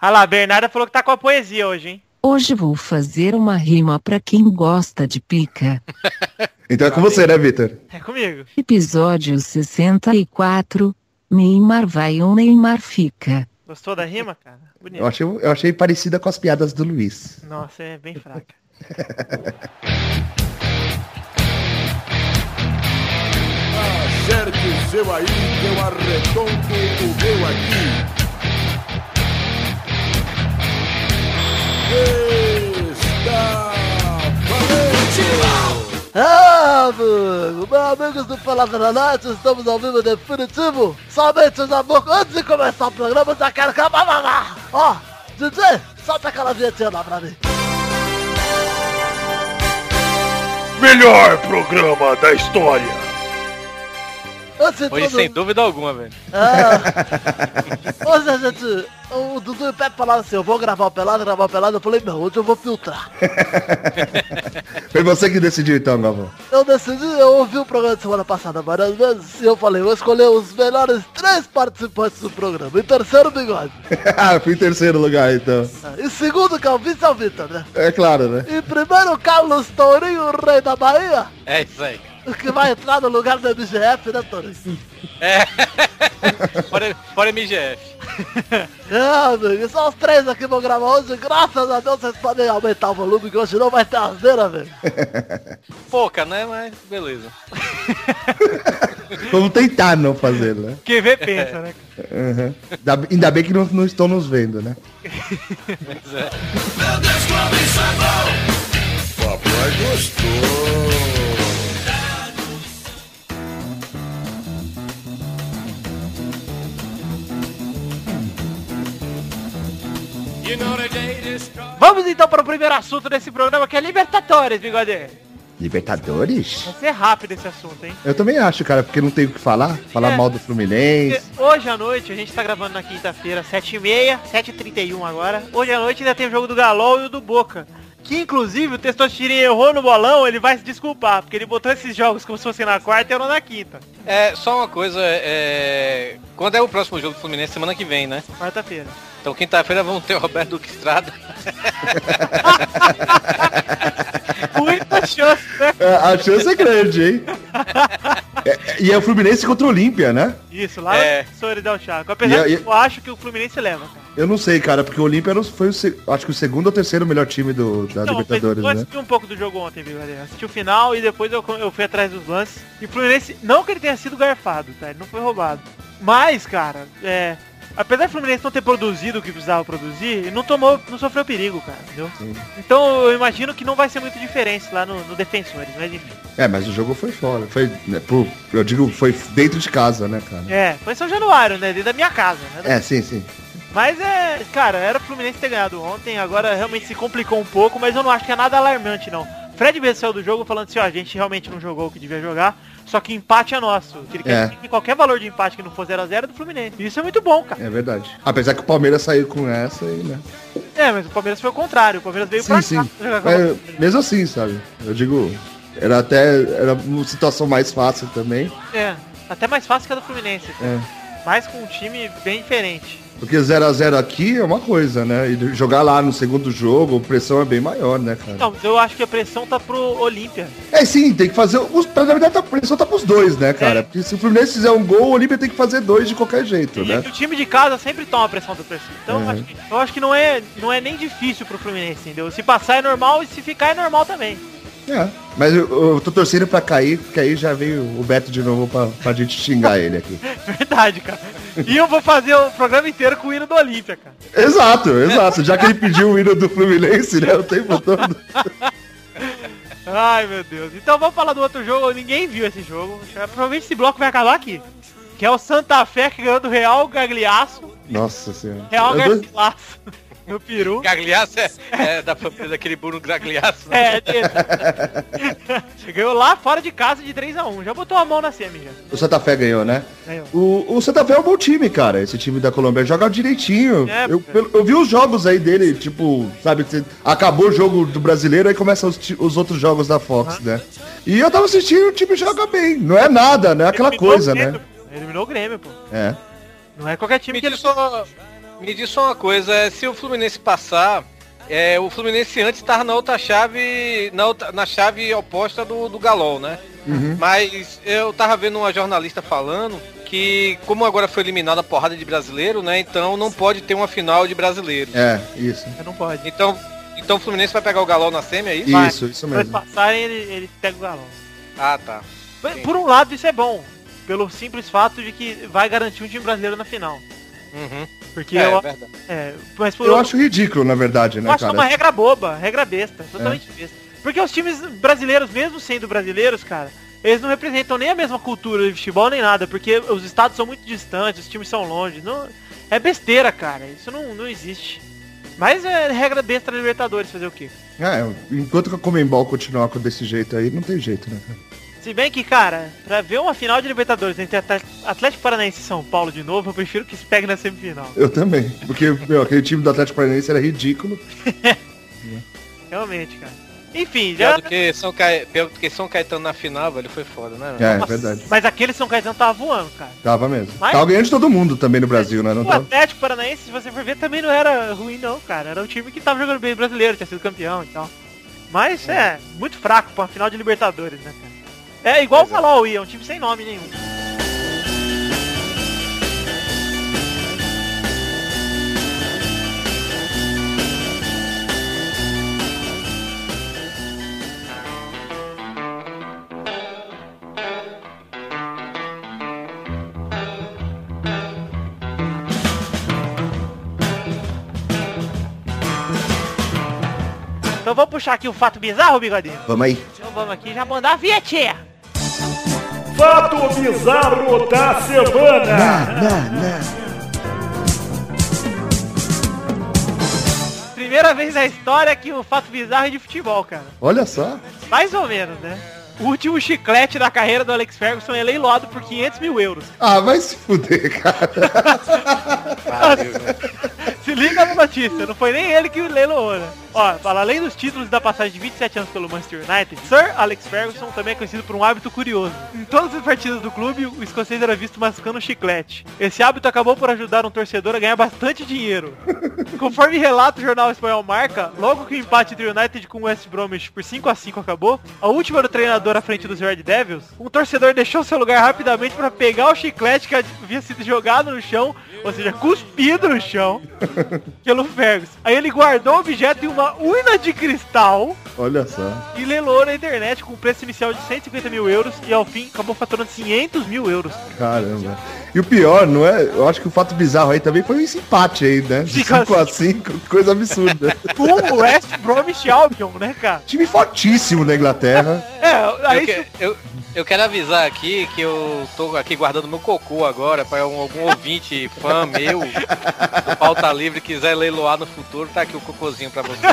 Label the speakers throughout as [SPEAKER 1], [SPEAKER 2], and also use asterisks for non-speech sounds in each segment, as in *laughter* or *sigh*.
[SPEAKER 1] Ah lá, a Bernarda falou que tá com a poesia hoje, hein?
[SPEAKER 2] Hoje vou fazer uma rima pra quem gosta de pica.
[SPEAKER 3] Então é com você, né, Vitor?
[SPEAKER 1] É comigo.
[SPEAKER 2] Episódio 64. Neymar vai ou Neymar fica.
[SPEAKER 1] Gostou da rima, cara? Bonito.
[SPEAKER 3] Eu achei, eu achei parecida com as piadas do Luiz.
[SPEAKER 1] Nossa, é bem fraca.
[SPEAKER 4] Acerte o seu aí, que eu arredondo o meu aqui. Está valente!
[SPEAKER 5] Ah, amigo, meus amigos do Peladranete, estamos ao vivo definitivo. Somente na boca, antes de começar o programa, eu já quero que... Ó, DJ, solta aquela vinhetinha lá pra mim.
[SPEAKER 4] Melhor programa da história.
[SPEAKER 5] Antes de
[SPEAKER 6] Hoje,
[SPEAKER 5] tudo-
[SPEAKER 6] sem dúvida alguma, velho.
[SPEAKER 5] Ah. Hoje a gente... O Dudu e o Pepe falaram assim, eu vou gravar o Pelado, gravar o Pelado. Eu falei, não, hoje eu vou filtrar.
[SPEAKER 3] Foi você que decidiu então, Galvão. *laughs*
[SPEAKER 5] Eu decidi, eu ouvi o programa de semana passada várias vezes e eu falei, vou escolher os melhores três participantes do programa. Em terceiro, Bigode.
[SPEAKER 3] ah, fui em terceiro lugar então.
[SPEAKER 5] Em segundo, Calvício é o Vitor, né?
[SPEAKER 3] É claro, né?
[SPEAKER 5] Em primeiro, Carlos Tourinho, o rei da Bahia,
[SPEAKER 6] É isso aí.
[SPEAKER 5] que vai entrar no lugar do MGF, né, Tourinho?
[SPEAKER 6] Fora, fora MGF.
[SPEAKER 5] Ah, amigo, só os três aqui vão gravar hoje. Graças a Deus, vocês podem aumentar o volume, que hoje não vai ter asneira, velho.
[SPEAKER 6] Pouca, né? Mas beleza.
[SPEAKER 3] Vamos tentar não fazer, né?
[SPEAKER 1] Quem vê, pensa, né?
[SPEAKER 3] Uhum. Ainda- Ainda bem que não, não estão nos vendo, né?
[SPEAKER 4] Papai gostou.
[SPEAKER 1] Vamos então para o primeiro assunto desse programa, que é Libertadores, bigode.
[SPEAKER 3] Libertadores?
[SPEAKER 1] Vai ser rápido esse assunto, hein?
[SPEAKER 3] Eu também acho, cara, porque não tem o que falar. Falar
[SPEAKER 1] É.
[SPEAKER 3] mal do Fluminense.
[SPEAKER 1] Porque Hoje à noite, a gente tá gravando na quinta-feira, 7h30, 7h31 agora. Hoje à noite ainda tem o jogo do Galol e o do Boca. Que inclusive o Testostirinha errou no bolão, ele vai se desculpar, porque ele botou esses jogos como se fosse na quarta e eu não na quinta.
[SPEAKER 6] É, só uma coisa, é... Quando é o próximo jogo do Fluminense? Semana que vem, né?
[SPEAKER 1] Quarta-feira.
[SPEAKER 6] Então quinta-feira vamos ter o Roberto Duque Estrada. *laughs*
[SPEAKER 1] Muita chance, né?
[SPEAKER 3] É, A chance é grande, hein? É, e é o Fluminense contra o Olímpia, né?
[SPEAKER 1] Isso, lá
[SPEAKER 6] É.
[SPEAKER 1] no Soridão Chaco. Apesar
[SPEAKER 3] E-
[SPEAKER 1] de
[SPEAKER 3] e-
[SPEAKER 1] que eu acho que o Fluminense leva, cara.
[SPEAKER 3] Eu não sei, cara, porque o Olímpia era o- foi o, se- acho que o segundo ou terceiro melhor time do, da
[SPEAKER 1] Então, eu
[SPEAKER 3] Libertadores, né?
[SPEAKER 1] assisti um pouco do jogo ontem, viu, galera? Assisti o final e depois eu, eu fui atrás dos lances. E o Fluminense, não que ele tenha sido garfado, tá? Ele não foi roubado. Mas, cara, é... Apesar do Fluminense não ter produzido o que precisava produzir, ele não tomou, não sofreu perigo, cara, entendeu?
[SPEAKER 3] Sim.
[SPEAKER 1] Então eu imagino que não vai ser muito diferente lá no, no Defensores, mas enfim.
[SPEAKER 3] É, mas o jogo foi fora. Foi, né, pro- eu digo, foi dentro de casa, né, cara?
[SPEAKER 1] É, foi São Januário, né? Dentro da minha casa, né?
[SPEAKER 3] É, sim, sim.
[SPEAKER 1] Mas é, cara, era pro Fluminense ter ganhado ontem, agora realmente se complicou um pouco, mas eu não acho que é nada alarmante não. Fred Bezos saiu do jogo falando assim, ó, a gente realmente não jogou o que devia jogar, só que empate é nosso. Que ele quer
[SPEAKER 3] É.
[SPEAKER 1] dizer que qualquer valor de empate que não for 0x0 é do Fluminense. E Isso é muito bom, cara.
[SPEAKER 3] É verdade. Apesar que o Palmeiras saiu com essa e, né?
[SPEAKER 1] É, mas o Palmeiras foi o contrário, o Palmeiras veio pra
[SPEAKER 3] Sim, sim.
[SPEAKER 1] cá *laughs* pra jogar com o
[SPEAKER 3] Mas, mesmo assim, sabe? Eu digo, era até era uma situação mais fácil também. É.
[SPEAKER 1] É, até mais fácil que a do Fluminense. Mas com um time bem diferente.
[SPEAKER 3] Porque 0x0 aqui é uma coisa, né? E jogar lá no segundo jogo, a pressão é bem maior, né, cara?
[SPEAKER 1] Então, mas eu acho que a pressão tá pro Olímpia.
[SPEAKER 3] É sim, tem que fazer. Os, pra- na verdade, a pressão tá pros dois, né, cara?
[SPEAKER 1] É.
[SPEAKER 3] Porque se o Fluminense fizer um gol, o Olímpia tem que fazer dois de qualquer jeito,
[SPEAKER 1] E é
[SPEAKER 3] né?
[SPEAKER 1] que o time de casa sempre toma a pressão do torcida. Então eu, acho que, eu acho que não é, não é nem difícil pro Fluminense, entendeu? Se passar é normal e se ficar é normal também. *laughs*
[SPEAKER 3] É. Mas eu, eu tô torcendo pra cair, porque aí já veio o Beto de novo pra, pra gente xingar ele aqui.
[SPEAKER 1] Verdade, cara. E eu vou fazer o programa inteiro com o hino do Olímpia, cara.
[SPEAKER 3] Exato, exato. Já que ele pediu o hino do Fluminense, né? O tempo todo.
[SPEAKER 1] Ai, meu Deus. Então vamos falar do outro jogo. Ninguém viu esse jogo. É, Provavelmente esse bloco vai acabar aqui. Que é o Santa Fé que ganhou do Real Gagliasso.
[SPEAKER 3] Nossa senhora.
[SPEAKER 1] Real
[SPEAKER 3] Eu tô-
[SPEAKER 1] Garcilasso. *laughs* No Peru.
[SPEAKER 6] Gagliasso é, é da família daquele Bruno Gagliasso. né?
[SPEAKER 1] É, dele. Ganhou lá fora de casa de 3x1. Já botou a mão na semi, já.
[SPEAKER 3] O Santa Fé ganhou, né?
[SPEAKER 1] Ganhou.
[SPEAKER 3] O, o Santa Fé é um bom time, cara. Esse time da Colômbia joga direitinho.
[SPEAKER 1] É,
[SPEAKER 3] eu, pelo- eu vi os jogos aí dele, tipo, sabe, que você- acabou o jogo do brasileiro, aí começam os, ti- os outros jogos da Fox, né? E eu tava assistindo, o time joga bem. Não é nada, né? Aquela
[SPEAKER 1] Eliminou o
[SPEAKER 3] coisa, né?
[SPEAKER 1] Grêmio, pô. Eliminou o Grêmio, pô.
[SPEAKER 3] É.
[SPEAKER 1] Não é qualquer time
[SPEAKER 6] Me
[SPEAKER 1] que ele
[SPEAKER 6] diz só Me diz só uma coisa, é, se o Fluminense passar, é, o Fluminense antes estava na outra chave, na, outra- na chave oposta do, do Galol, né?
[SPEAKER 3] Uhum.
[SPEAKER 6] Mas eu tava vendo uma jornalista falando que como agora foi eliminada a porrada de brasileiro, né? Então não pode ter uma final de brasileiro.
[SPEAKER 3] É, isso.
[SPEAKER 1] Não pode.
[SPEAKER 6] Então, então o Fluminense vai pegar o Galol na semi é aí?
[SPEAKER 1] Vai.
[SPEAKER 3] Isso, isso
[SPEAKER 1] Se eles
[SPEAKER 3] mesmo.
[SPEAKER 1] passarem, ele, ele pega o galão.
[SPEAKER 6] Ah, tá.
[SPEAKER 1] Mas,
[SPEAKER 6] Sim.
[SPEAKER 1] Por um lado, isso é bom. Pelo simples fato de que vai garantir um time brasileiro na final.
[SPEAKER 6] Uhum.
[SPEAKER 1] Porque
[SPEAKER 6] é,
[SPEAKER 1] eu,
[SPEAKER 6] verdade.
[SPEAKER 1] é, mas por
[SPEAKER 3] Eu
[SPEAKER 1] outro-
[SPEAKER 3] acho ridículo, na verdade,
[SPEAKER 1] eu
[SPEAKER 3] né,
[SPEAKER 1] acho que é uma
[SPEAKER 3] cara? É.
[SPEAKER 1] regra boba, regra besta, totalmente besta. Porque os times brasileiros, mesmo sendo brasileiros, cara, eles não representam nem a mesma cultura de futebol nem nada, porque os estados são muito distantes, os times são longe. Não, é besteira, cara. Isso não, não existe. Mas é regra besta da Libertadores, fazer o quê?
[SPEAKER 3] É, enquanto que a Comembol continuar com desse jeito aí, não tem jeito, né? cara?
[SPEAKER 1] Se bem que, cara, pra ver uma final de Libertadores entre Atl- Atlético Paranaense e São Paulo de novo, eu prefiro que se pegue na semifinal.
[SPEAKER 3] Eu também. Porque, meu, aquele time do Atlético Paranaense era ridículo.
[SPEAKER 1] Realmente, cara. Enfim, já.
[SPEAKER 6] Pior do, que São Ca... Pior do que São Caetano na final, velho, foi foda, né? velho?
[SPEAKER 3] É, é
[SPEAKER 1] Nossa,
[SPEAKER 3] verdade.
[SPEAKER 1] Mas aquele São Caetano tava voando, cara.
[SPEAKER 3] Tava mesmo.
[SPEAKER 1] Mas-
[SPEAKER 3] Tava ganhando de todo mundo também no Brasil, né? Não
[SPEAKER 1] O
[SPEAKER 3] tava...
[SPEAKER 1] Atlético Paranaense, se você for ver, também não era ruim não, cara. Era um time que tava jogando bem brasileiro, tinha sido campeão e tal. Mas é, muito fraco pra uma final de Libertadores, né, cara? É igual o Malawi, é um time sem nome nenhum. Então vamos puxar aqui o fato bizarro, bigodinho?
[SPEAKER 3] Vamos aí.
[SPEAKER 1] Então vamos aqui já mandar a vinhetinha.
[SPEAKER 7] Fato bizarro da semana.
[SPEAKER 1] Primeira vez na história que o fato bizarro é de futebol, cara.
[SPEAKER 3] Olha só.
[SPEAKER 1] Mais ou menos, né? O último chiclete da carreira do Alex Ferguson é leiloado por 500 mil euros.
[SPEAKER 3] Ah, vai se fuder, *laughs* cara.
[SPEAKER 1] *laughs* Se liga na notícia, não foi nem ele que leiloou, né? Ó, fala, além dos títulos da passagem de 27 anos pelo Manchester United, Sir Alex Ferguson também é conhecido por um hábito curioso. Em todas as partidas do clube, o escocês era visto mascando um chiclete. Esse hábito acabou por ajudar um torcedor a ganhar bastante dinheiro. Conforme relata o jornal espanhol Marca, logo que o empate entre o United com o West Bromwich por 5 a 5 acabou, a última do treinador à frente dos Red Devils, um torcedor deixou seu lugar rapidamente para pegar o chiclete que havia sido jogado no chão, ou seja, cuspido no chão, pelo Ferguson. Aí ele guardou o objeto em uma urna de cristal
[SPEAKER 3] Olha só.
[SPEAKER 1] e leiloou na internet com um preço inicial de 150 mil euros e ao fim acabou faturando 500 mil euros.
[SPEAKER 3] Caramba. E o pior, não é? Eu acho que o fato bizarro aí também foi esse empate aí, né? De
[SPEAKER 1] Fica assim.
[SPEAKER 3] 5x5, coisa absurda.
[SPEAKER 1] Com o West Bromwich Albion, né, cara?
[SPEAKER 3] Time fortíssimo da Inglaterra.
[SPEAKER 1] É,
[SPEAKER 6] Eu,
[SPEAKER 1] aí
[SPEAKER 6] que- eu, eu quero avisar aqui que eu tô aqui guardando meu cocô agora para algum ouvinte fã meu do Pauta Livre quiser leiloar no futuro, tá aqui o cocôzinho pra vocês.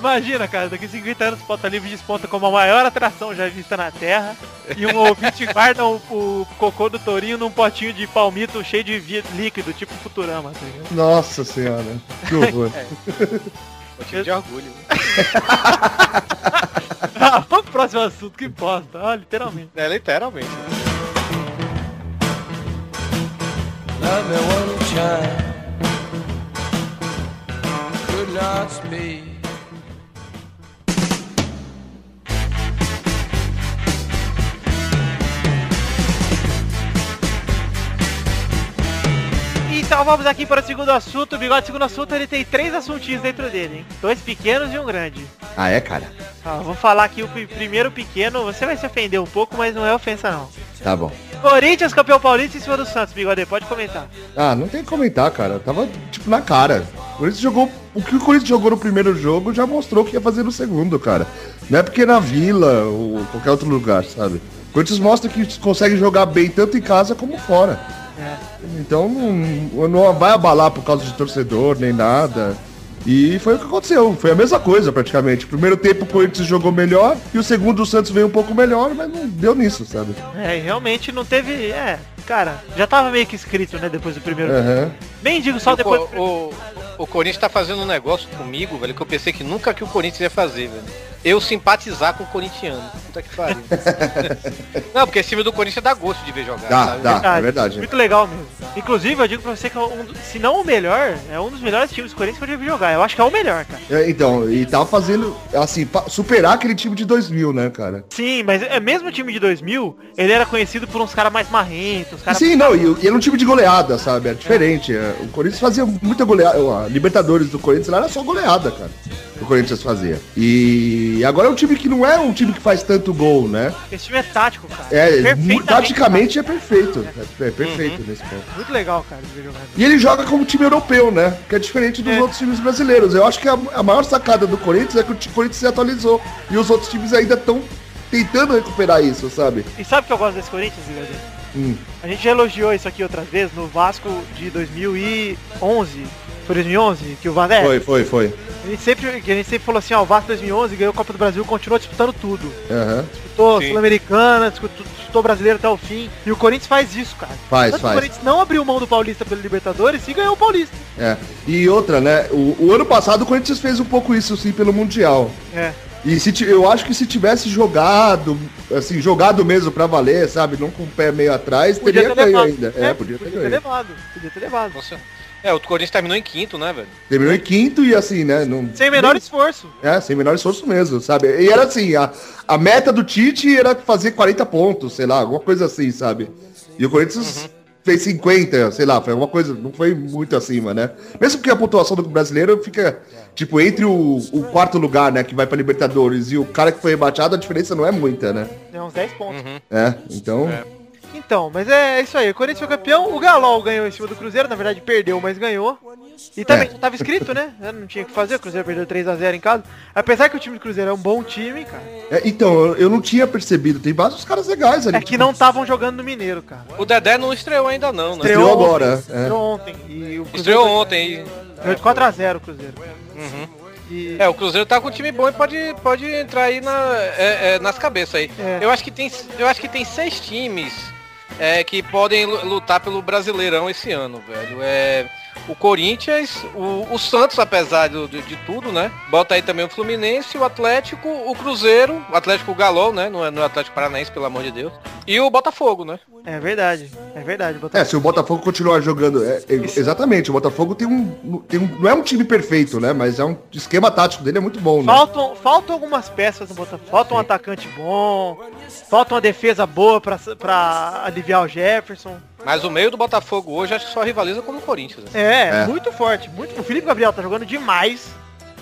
[SPEAKER 1] Imagina, cara, daqui 50 anos o Pauta Livre desponta como a maior atração já vista na Terra e um
[SPEAKER 6] *laughs*
[SPEAKER 1] ouvinte guarda o, o cocô do tourinho num potinho de palmito cheio de vi- líquido, tipo Futurama, tá ligado?
[SPEAKER 3] Nossa senhora. Que horror.
[SPEAKER 6] Motivo de orgulho.
[SPEAKER 1] Ah, vamos pro próximo assunto, que bosta, ah, literalmente.
[SPEAKER 6] É, literalmente.
[SPEAKER 1] Então vamos aqui para o segundo assunto, o bigode segundo assunto, ele tem três assuntinhos dentro dele, hein? Dois pequenos e um grande.
[SPEAKER 3] Ah, é, cara?
[SPEAKER 1] Ah, vou falar aqui o pri- primeiro pequeno, você vai se ofender um pouco, mas não é ofensa não.
[SPEAKER 3] Tá bom.
[SPEAKER 1] Corinthians campeão paulista em cima do Santos, bigode, pode comentar.
[SPEAKER 3] Ah, não tem o que comentar, cara. Tava, tipo, na cara. O Corinthians jogou... O que o Corinthians jogou no primeiro jogo já mostrou que ia fazer no segundo, cara. Não é porque na Vila ou qualquer outro lugar, sabe? O Corinthians mostra que consegue jogar bem tanto em casa como fora. Então não, não vai abalar por causa de torcedor nem nada. E foi o que aconteceu. Foi a mesma coisa praticamente. Primeiro tempo o Corinthians jogou melhor e o segundo o Santos veio um pouco melhor, mas não deu nisso, sabe?
[SPEAKER 1] É, e realmente não teve. É, cara, já tava meio que escrito, né, depois do primeiro.
[SPEAKER 3] Aham.
[SPEAKER 1] Nem digo só
[SPEAKER 6] Tipo, O,
[SPEAKER 1] depois do primeiro.
[SPEAKER 6] o, o Corinthians tá fazendo um negócio comigo, velho, que eu pensei que nunca que o Corinthians ia fazer, velho. eu simpatizar com o corintiano. Puta que
[SPEAKER 3] *laughs*
[SPEAKER 6] pariu. não, porque esse time do Corinthians dá gosto de ver jogar.
[SPEAKER 3] Dá,
[SPEAKER 6] sabe?
[SPEAKER 3] dá, é verdade.
[SPEAKER 1] Ah, Muito legal mesmo. Inclusive, eu digo pra você que é um, do- se não o melhor, é um dos melhores times do Corinthians que eu já vi jogar. Eu acho que é o melhor, cara.
[SPEAKER 3] É, Então, e tava fazendo, assim, pa- superar aquele time de 2000, né, cara?
[SPEAKER 1] Sim, mas é mesmo o time de 2000, ele era conhecido por uns caras mais marrentos, uns caras...
[SPEAKER 3] Sim, não, e, e era um time de goleada, sabe? Era diferente. é. O Corinthians fazia muita goleada. A Libertadores do Corinthians lá era só goleada, cara. que O Corinthians fazia. E agora é um time que não é um time que faz tanto gol, né?
[SPEAKER 1] Esse time é tático, cara.
[SPEAKER 3] É,
[SPEAKER 1] Perfeitamente Uhum.
[SPEAKER 3] mu- taticamente é perfeito. É, é perfeito nesse ponto.
[SPEAKER 1] tático. Muito legal, cara, de ver jogar.
[SPEAKER 3] E ele joga como time europeu, né? Que é diferente dos
[SPEAKER 1] É.
[SPEAKER 3] outros times brasileiros. Eu acho que a, a maior sacada do Corinthians é que o ti- Corinthians se atualizou. E os outros times ainda estão tentando recuperar isso, sabe?
[SPEAKER 1] E sabe o que eu gosto desse Corinthians, Guilherme?
[SPEAKER 3] Hum.
[SPEAKER 1] A gente já elogiou isso aqui outras vezes no Vasco de 2011. Foi 2011 que o Vasco... É,
[SPEAKER 3] Foi, foi, foi.
[SPEAKER 1] a gente, sempre, que a gente sempre falou assim, ó, o Vasco 2011 ganhou a Copa do Brasil, continuou disputando tudo.
[SPEAKER 3] Aham.
[SPEAKER 1] Disputou
[SPEAKER 6] Sim.
[SPEAKER 1] Sul-Americana, disputou, disputou Brasileiro até o fim. E o Corinthians faz isso, cara.
[SPEAKER 3] Faz,
[SPEAKER 1] Tanto que
[SPEAKER 3] faz.
[SPEAKER 1] O Corinthians não abriu mão do Paulista pelo Libertadores e ganhou o Paulista.
[SPEAKER 3] É. E outra, né? O, o ano passado o Corinthians fez um pouco isso, sim, pelo Mundial.
[SPEAKER 1] É.
[SPEAKER 3] E se ti- eu acho que se tivesse jogado, assim, jogado mesmo pra valer, sabe? Não com o pé meio atrás, teria ganho ainda. É, podia ter ganho.
[SPEAKER 1] levado. Podia ter levado.
[SPEAKER 6] Nossa. É, o Corinthians terminou em quinto, né, velho?
[SPEAKER 3] Terminou em quinto e assim, né? Não,
[SPEAKER 1] Sem o menor esforço.
[SPEAKER 3] É, sem o menor esforço mesmo, sabe? E era assim, a, a meta do Tite era fazer 40 pontos, sei lá, alguma coisa assim, sabe? E o Corinthians fez 50, sei lá, foi alguma coisa, não foi muito acima, né? Mesmo que a pontuação do brasileiro fica, tipo, entre o, o quarto lugar, né, que vai pra Libertadores e o cara que foi rebaixado, a diferença não é muita, né?
[SPEAKER 1] É, uns 10 pontos.
[SPEAKER 3] É, então...
[SPEAKER 1] Então, mas é isso aí. O Corinthians foi campeão. O Galol ganhou em cima do Cruzeiro. Na verdade, perdeu, mas ganhou. E também
[SPEAKER 3] É.
[SPEAKER 1] já tava escrito, né? Não tinha o que fazer. O Cruzeiro perdeu 3x0 em casa. Apesar que o time do Cruzeiro é um bom time, cara.
[SPEAKER 3] é, então, eu- eu não tinha percebido, tem vários caras legais ali. tipo,
[SPEAKER 1] É que não estavam jogando no Mineiro, cara.
[SPEAKER 6] O Dedé não estreou ainda não, né?
[SPEAKER 3] Estreou
[SPEAKER 1] ontem,
[SPEAKER 3] agora, é.
[SPEAKER 1] Estreou ontem. E o Cruzeiro
[SPEAKER 6] Estreou ontem aí.
[SPEAKER 1] ganhou de 4x0 o Cruzeiro.
[SPEAKER 3] Uhum.
[SPEAKER 1] E...
[SPEAKER 6] É, o Cruzeiro tá com um time bom e pode, pode entrar aí na- é, é, nas cabeças aí.
[SPEAKER 1] É.
[SPEAKER 6] Eu, acho que tem, eu acho que tem seis times é, que podem lu- lutar pelo Brasileirão esse ano, velho. É, o Corinthians, o, o Santos, apesar do- de, de tudo, né? Bota aí também o Fluminense, o Atlético, o Cruzeiro, o Atlético Galol, né? Não é, não é Atlético Paranaense, pelo amor de Deus. E o Botafogo, né?
[SPEAKER 1] É verdade. É verdade. Botafogo.
[SPEAKER 3] É, se o Botafogo continuar jogando. é, é, exatamente, o Botafogo tem um, tem um. Não é um time perfeito, né? Mas é um o esquema tático dele é muito bom, né?
[SPEAKER 1] Faltam, faltam algumas peças no Botafogo. Falta um atacante bom. Falta uma defesa boa pra, pra aliviar o Jefferson.
[SPEAKER 6] Mas o meio do Botafogo hoje acho que só rivaliza com o Corinthians. né?
[SPEAKER 1] É,
[SPEAKER 3] É.
[SPEAKER 1] muito forte. Muito... O Felipe Gabriel tá jogando demais.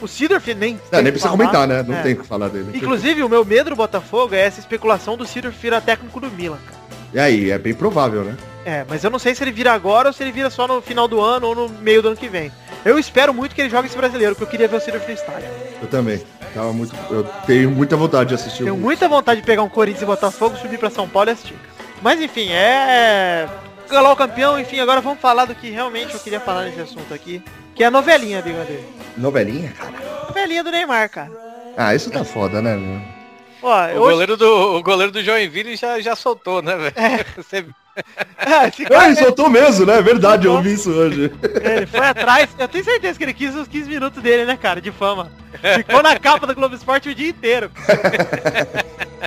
[SPEAKER 1] O Sidorf nem.
[SPEAKER 3] É,
[SPEAKER 1] tem
[SPEAKER 3] nem
[SPEAKER 1] que
[SPEAKER 3] precisa
[SPEAKER 1] falar.
[SPEAKER 3] comentar, né? Não
[SPEAKER 1] É.
[SPEAKER 3] tem o que falar dele.
[SPEAKER 1] Inclusive, o meu medo do Botafogo é essa especulação do Sidorf virar técnico do Milan, cara.
[SPEAKER 3] E aí, é bem provável, né?
[SPEAKER 1] É, mas eu não sei se ele vira agora ou se ele vira só no final do ano ou no meio do ano que vem. Eu espero muito que ele jogue esse brasileiro, porque eu queria ver o Sidorf no estádio.
[SPEAKER 3] Eu também. Tava muito. Eu tenho muita vontade de assistir
[SPEAKER 1] Tenho
[SPEAKER 3] o-
[SPEAKER 1] muita vontade de pegar um Corinthians e Botafogo, subir pra São Paulo e assistir. Mas enfim, é. Galol campeão, enfim, agora vamos falar do que realmente eu queria falar nesse assunto aqui, que é a novelinha do Igandê.
[SPEAKER 3] Novelinha, cara.
[SPEAKER 1] Novelinha do Neymar, cara.
[SPEAKER 3] Ah, isso tá foda, né? meu?
[SPEAKER 1] Ó,
[SPEAKER 6] O
[SPEAKER 1] hoje...
[SPEAKER 6] goleiro, do, o goleiro do Joinville já, já soltou, né, velho? *laughs* Você
[SPEAKER 1] Ah, *laughs* esse
[SPEAKER 3] Ah,
[SPEAKER 1] cara,
[SPEAKER 3] ele soltou mesmo, né? É verdade, eu ouvi isso hoje.
[SPEAKER 1] ele foi atrás. Eu tenho certeza que ele quis os 15 minutos dele, né, cara, de fama. Ficou na capa da Globo Esporte o dia inteiro.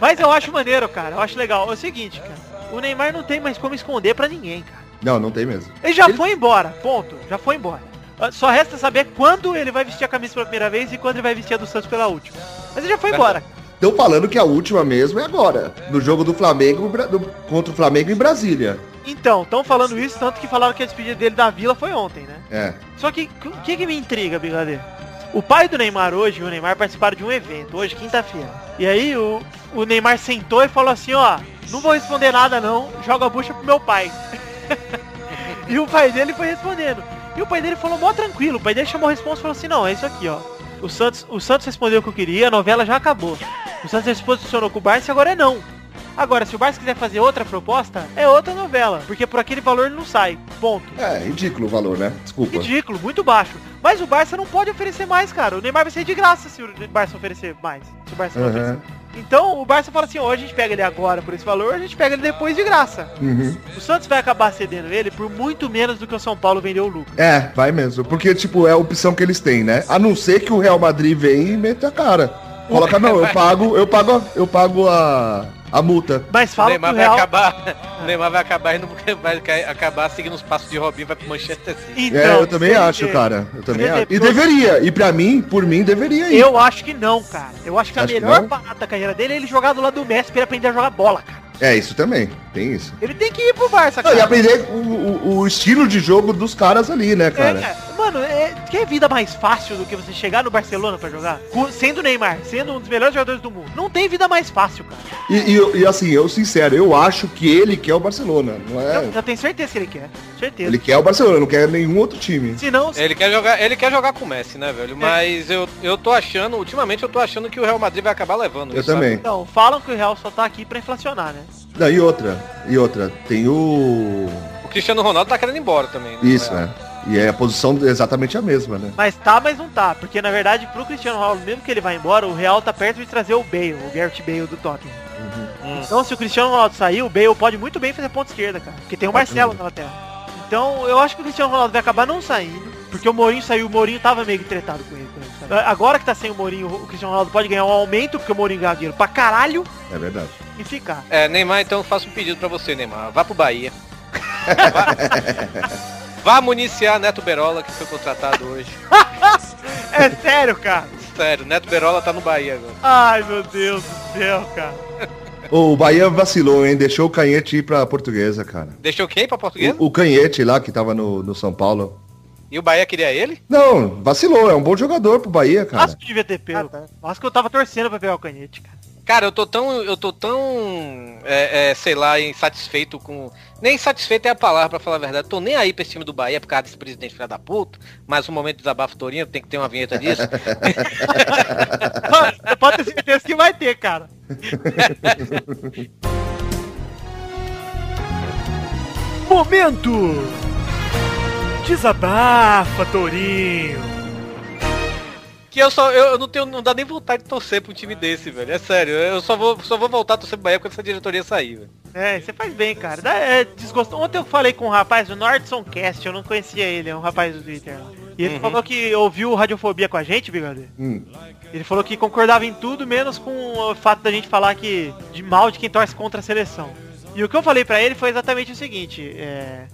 [SPEAKER 1] Mas eu acho maneiro, cara. Eu acho legal. É o seguinte, cara. O Neymar não tem mais como esconder pra ninguém, cara.
[SPEAKER 3] Não, não tem mesmo.
[SPEAKER 1] Ele já
[SPEAKER 3] Ele-
[SPEAKER 1] foi embora, ponto. Já foi embora. Ah, Só resta saber quando ele vai vestir a camisa pela primeira vez e quando ele vai vestir a do Santos pela última. Mas ele já foi embora.
[SPEAKER 3] Estão falando que a última mesmo é agora. No jogo do Flamengo Bra- do- contra o Flamengo em Brasília.
[SPEAKER 1] Então, estão falando isso, tanto que falaram que a despedida dele da Vila foi ontem, né?
[SPEAKER 3] É.
[SPEAKER 1] Só que o que, que me intriga, Brigadeiro? O pai do Neymar hoje e o Neymar participaram de um evento, hoje, quinta-feira. E aí o, o Neymar sentou e falou assim, ó, não vou responder nada não, joga a bucha pro meu pai. *laughs* e o pai dele foi respondendo. E o pai dele falou mó tranquilo, o pai dele chamou a resposta e falou assim, não, é isso aqui, ó. O Santos, o Santos respondeu o que eu queria, a novela já acabou. O Santos já se posicionou com o Barça e agora é não. Agora, se o Barça quiser fazer outra proposta, é outra novela, porque por aquele valor ele não sai. Ponto.
[SPEAKER 3] É, ridículo o valor, né? Desculpa.
[SPEAKER 1] Ridículo, muito baixo. Mas o Barça não pode oferecer mais, cara. O Neymar vai ser de graça se o Barça oferecer mais. Se o Barça não
[SPEAKER 3] Aham.
[SPEAKER 1] oferecer. Então o Barça fala assim, ó, a gente pega ele agora por esse valor, a gente pega ele depois de graça.
[SPEAKER 3] Uhum.
[SPEAKER 1] O Santos vai acabar cedendo ele por muito menos do que o São Paulo vendeu o Lucas.
[SPEAKER 3] É, vai mesmo. Porque, tipo, é a opção que eles têm, né? A não ser que o Real Madrid venha e meta a cara. Coloca, não, eu pago, eu pago, a- eu pago a, a multa.
[SPEAKER 1] Mas
[SPEAKER 6] O
[SPEAKER 1] fala que o
[SPEAKER 6] Neymar vai
[SPEAKER 1] Real...
[SPEAKER 6] acabar. *laughs* O Neymar vai acabar indo vai ca- acabar seguindo os passos de Robinho, vai pro Manchester City.
[SPEAKER 1] Então,
[SPEAKER 3] É, eu também
[SPEAKER 1] se-
[SPEAKER 3] acho, cara. Eu também
[SPEAKER 1] se
[SPEAKER 3] acho. E
[SPEAKER 1] depois-
[SPEAKER 3] deveria. E pra mim, por mim, deveria ir.
[SPEAKER 1] Eu acho que não, cara. Eu acho que a
[SPEAKER 3] Acho que
[SPEAKER 1] melhor
[SPEAKER 3] não?
[SPEAKER 1] parada da carreira dele é ele jogar do lado do Messi pra ele aprender a jogar bola, cara.
[SPEAKER 3] É, isso também. Tem isso.
[SPEAKER 1] Ele tem que ir pro Barça,
[SPEAKER 3] Não,
[SPEAKER 1] cara.
[SPEAKER 3] e aprender o, o- o estilo de jogo dos caras ali, né,
[SPEAKER 1] É,
[SPEAKER 3] cara?
[SPEAKER 1] cara. Mano, é, quer vida mais fácil do que você chegar no Barcelona pra jogar? Com- Sendo o Neymar, sendo um dos melhores jogadores do mundo. Não tem vida mais fácil, cara.
[SPEAKER 3] E, e- e assim, eu sincero, eu acho que ele quer o Barcelona. Não
[SPEAKER 1] Eu,
[SPEAKER 3] é...
[SPEAKER 1] eu tenho certeza que ele quer. Certeza.
[SPEAKER 3] Ele É. quer o Barcelona, não quer nenhum outro time.
[SPEAKER 1] Se não,
[SPEAKER 6] Ele quer jogar, ele quer jogar com o Messi, né,
[SPEAKER 1] É.
[SPEAKER 6] velho? Mas eu, eu tô achando, ultimamente eu tô achando que o Real Madrid vai acabar levando.
[SPEAKER 3] Eu
[SPEAKER 6] isso, sabe?
[SPEAKER 3] também.
[SPEAKER 1] então, falam que o Real só tá aqui pra inflacionar, né?
[SPEAKER 3] Não, e outra, e outra, tem o.
[SPEAKER 6] O Cristiano Ronaldo tá querendo ir embora também. né?
[SPEAKER 3] Isso, né? E é a posição exatamente a mesma, né?
[SPEAKER 1] Mas tá, mas não tá. Porque na verdade, pro Cristiano Ronaldo, mesmo que ele vá embora, o Real tá perto de trazer o Bale, o Garrett Bale do Tottenham. Então se o Cristiano Ronaldo sair, o Bale pode muito bem fazer ponta esquerda, cara. Porque tem o Marcelo na lateral. Então eu acho que o Cristiano Ronaldo vai acabar não saindo. Porque o Mourinho saiu, o Mourinho tava meio que tretado com ele. quando ele saiu. Agora que tá sem o Mourinho, o Cristiano Ronaldo pode ganhar um aumento, porque o Mourinho ganha dinheiro pra caralho
[SPEAKER 3] É verdade.
[SPEAKER 1] e ficar.
[SPEAKER 6] É, Neymar, então eu faço um pedido pra você, Neymar. Vá pro Bahia. Vá, vá municiar Neto Berola, que foi contratado hoje.
[SPEAKER 1] é sério, cara.
[SPEAKER 6] Sério, Neto Berola tá no Bahia agora.
[SPEAKER 1] Ai, meu Deus do céu, cara.
[SPEAKER 3] O Bahia vacilou, hein? Deixou o Canhete ir pra portuguesa, cara.
[SPEAKER 6] Deixou quem pra portuguesa?
[SPEAKER 3] O, o Canhete lá, que tava no, no São Paulo.
[SPEAKER 6] E o Bahia queria ele?
[SPEAKER 3] Não, vacilou, é um bom jogador pro Bahia, cara.
[SPEAKER 1] Vasco devia ter pego. Vasco eu tava torcendo pra pegar o canhete, cara.
[SPEAKER 6] Cara, eu tô tão, eu tô tão, é, é, sei lá, insatisfeito com... Nem satisfeito é a palavra, pra falar a verdade. Tô nem aí pra esse time do Bahia por causa desse presidente filha da puta. Mas um momento de desabafo Torino, tem que ter uma vinheta
[SPEAKER 1] *laughs*
[SPEAKER 6] disso.
[SPEAKER 1] Mano, Você pode ter certeza que vai ter, cara.
[SPEAKER 7] Momento! Desabafa, Torinho!
[SPEAKER 6] que eu só, eu, eu não tenho, não dá nem vontade de torcer pra um time desse, velho. É sério, eu só vou, só vou voltar a torcer pro Bahia quando essa diretoria sair, velho.
[SPEAKER 1] É, você faz bem, cara. Dá- é, desgosto. Ontem eu falei com um rapaz do Nordson Cast, eu não conhecia ele, é um rapaz do Twitter. lá. E
[SPEAKER 7] Uhum.
[SPEAKER 1] ele falou que ouviu Radiofobia com a gente, Bigode.
[SPEAKER 3] Hum.
[SPEAKER 1] Ele falou que concordava em tudo, menos com o fato da gente falar que de mal de quem torce contra a seleção. E o que eu falei pra ele foi exatamente o seguinte, é...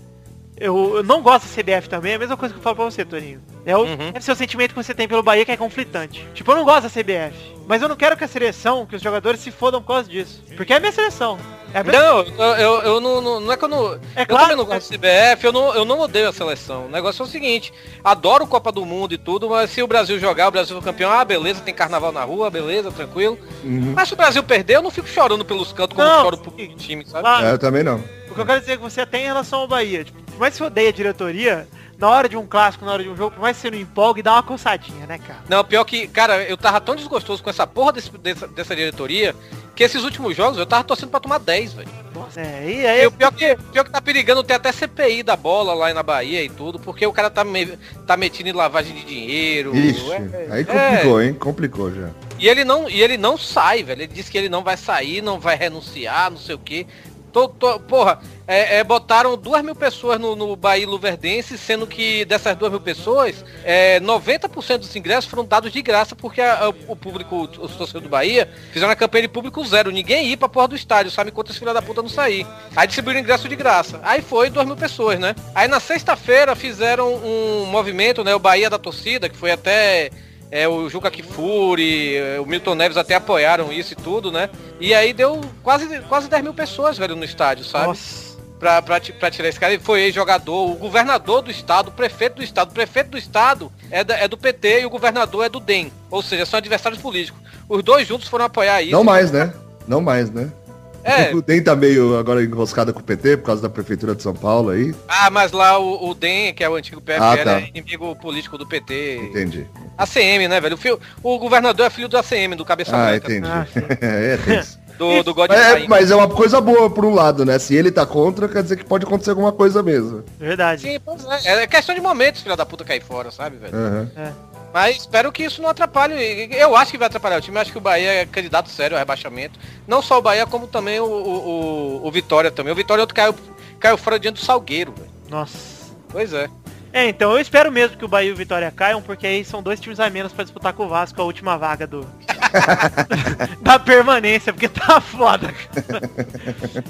[SPEAKER 1] Eu, eu não gosto da CBF também, é a mesma coisa que eu falo pra você, Toninho. É o,
[SPEAKER 6] Uhum.
[SPEAKER 1] deve ser o sentimento que você tem pelo Bahia que é conflitante. Tipo, eu não gosto da CBF, mas eu não quero que a seleção, que os jogadores se fodam por causa disso. Porque é a minha seleção. É a minha
[SPEAKER 6] Não, eu, eu, eu não, não, não é que eu não.
[SPEAKER 1] É
[SPEAKER 6] eu
[SPEAKER 1] claro,
[SPEAKER 6] também não gosto do CBF, eu não, eu não odeio a seleção. O negócio é o seguinte, adoro Copa do Mundo e tudo, mas se o Brasil jogar, o Brasil for campeão, ah, beleza, tem carnaval na rua, beleza, tranquilo.
[SPEAKER 3] uhum.
[SPEAKER 6] Mas se o Brasil perder, eu não fico chorando pelos cantos como
[SPEAKER 1] Não,
[SPEAKER 6] eu choro pro
[SPEAKER 1] sim.
[SPEAKER 6] time, sabe?
[SPEAKER 1] Claro,
[SPEAKER 3] É, eu também não.
[SPEAKER 1] o que eu quero dizer é que você tem em relação ao Bahia. Tipo, por mais que você odeie a diretoria, na hora de um clássico, na hora de um jogo, por mais que você não empolgue, dá uma coçadinha, né, cara?
[SPEAKER 6] Não, pior que, cara, eu tava tão desgostoso com essa porra desse- dessa, dessa diretoria que esses últimos jogos eu tava torcendo pra tomar 10, velho.
[SPEAKER 1] É, e
[SPEAKER 6] E
[SPEAKER 1] aí,
[SPEAKER 6] o pior que, pior que tá perigando ter até CPI da bola lá na Bahia e tudo, porque o cara tá, me- tá metido em lavagem de dinheiro.
[SPEAKER 3] Ixi,
[SPEAKER 6] é-
[SPEAKER 3] aí
[SPEAKER 6] é.
[SPEAKER 3] complicou, hein? Complicou já.
[SPEAKER 6] E ele não, e ele não sai, velho. Ele disse que ele não vai sair, não vai renunciar, não sei o quê. Tô, tô- porra, é, é, botaram duas mil pessoas no, no Bahia Luverdense, sendo que dessas duas mil pessoas, é, 90% dos ingressos foram dados de graça, porque a- a- o público, os torcedores do Bahia, fizeram a campanha de público zero. Ninguém ia pra porra do estádio, sabe quantas filha da puta não sair. Aí distribuíram ingresso de graça. Aí foi duas mil pessoas, né? Aí na sexta-feira fizeram um movimento, né? O Bahia da Torcida, que foi até é, o Juca Kifuri, é, o Milton Neves até apoiaram isso e tudo, né? E aí deu quase, quase 10 mil pessoas, velho, no estádio, sabe?
[SPEAKER 1] nossa.
[SPEAKER 6] Pra, pra, ti- pra tirar esse cara. Ele foi ex-jogador, o governador do estado, o prefeito do estado. O prefeito do estado é, da- é do PT e o governador é do DEM. Ou seja, são adversários políticos. Os dois juntos foram apoiar isso.
[SPEAKER 3] Não mais, né? Não mais, né?
[SPEAKER 6] É.
[SPEAKER 3] O DEM tá meio agora enroscada com o PT por causa da Prefeitura de São Paulo aí.
[SPEAKER 6] Ah, mas lá o, o DEM, que é o antigo PFL,
[SPEAKER 3] Ah, tá.
[SPEAKER 6] é inimigo político do PT.
[SPEAKER 3] Entendi.
[SPEAKER 6] ACM, né, velho? O, fio- o governador é filho do ACM, do Cabeça
[SPEAKER 3] Ah,
[SPEAKER 6] Branca,
[SPEAKER 3] entendi.
[SPEAKER 1] Ah, sim.
[SPEAKER 3] *laughs* é, tenso.
[SPEAKER 6] do, do God
[SPEAKER 3] É, mas é uma coisa boa por um lado, né? Se ele tá contra, quer dizer que pode acontecer alguma coisa mesmo.
[SPEAKER 1] Verdade.
[SPEAKER 6] Sim, pois é. É questão de momentos, filha da puta, cair fora, sabe, velho?
[SPEAKER 3] Aham.
[SPEAKER 6] Mas espero que isso não atrapalhe. Eu acho que vai atrapalhar o time. Eu acho que o Bahia é candidato sério ao rebaixamento. Não só o Bahia, como também o, o, o- o Vitória também. O Vitória outro caiu, caiu fora diante do Salgueiro, velho.
[SPEAKER 1] Nossa.
[SPEAKER 6] Pois é.
[SPEAKER 1] É, então eu espero mesmo que o Bahia e o Vitória caiam, porque aí são dois times a menos pra disputar com o Vasco a última vaga do. *laughs* da permanência, porque tá
[SPEAKER 6] *laughs*
[SPEAKER 1] foda. cara.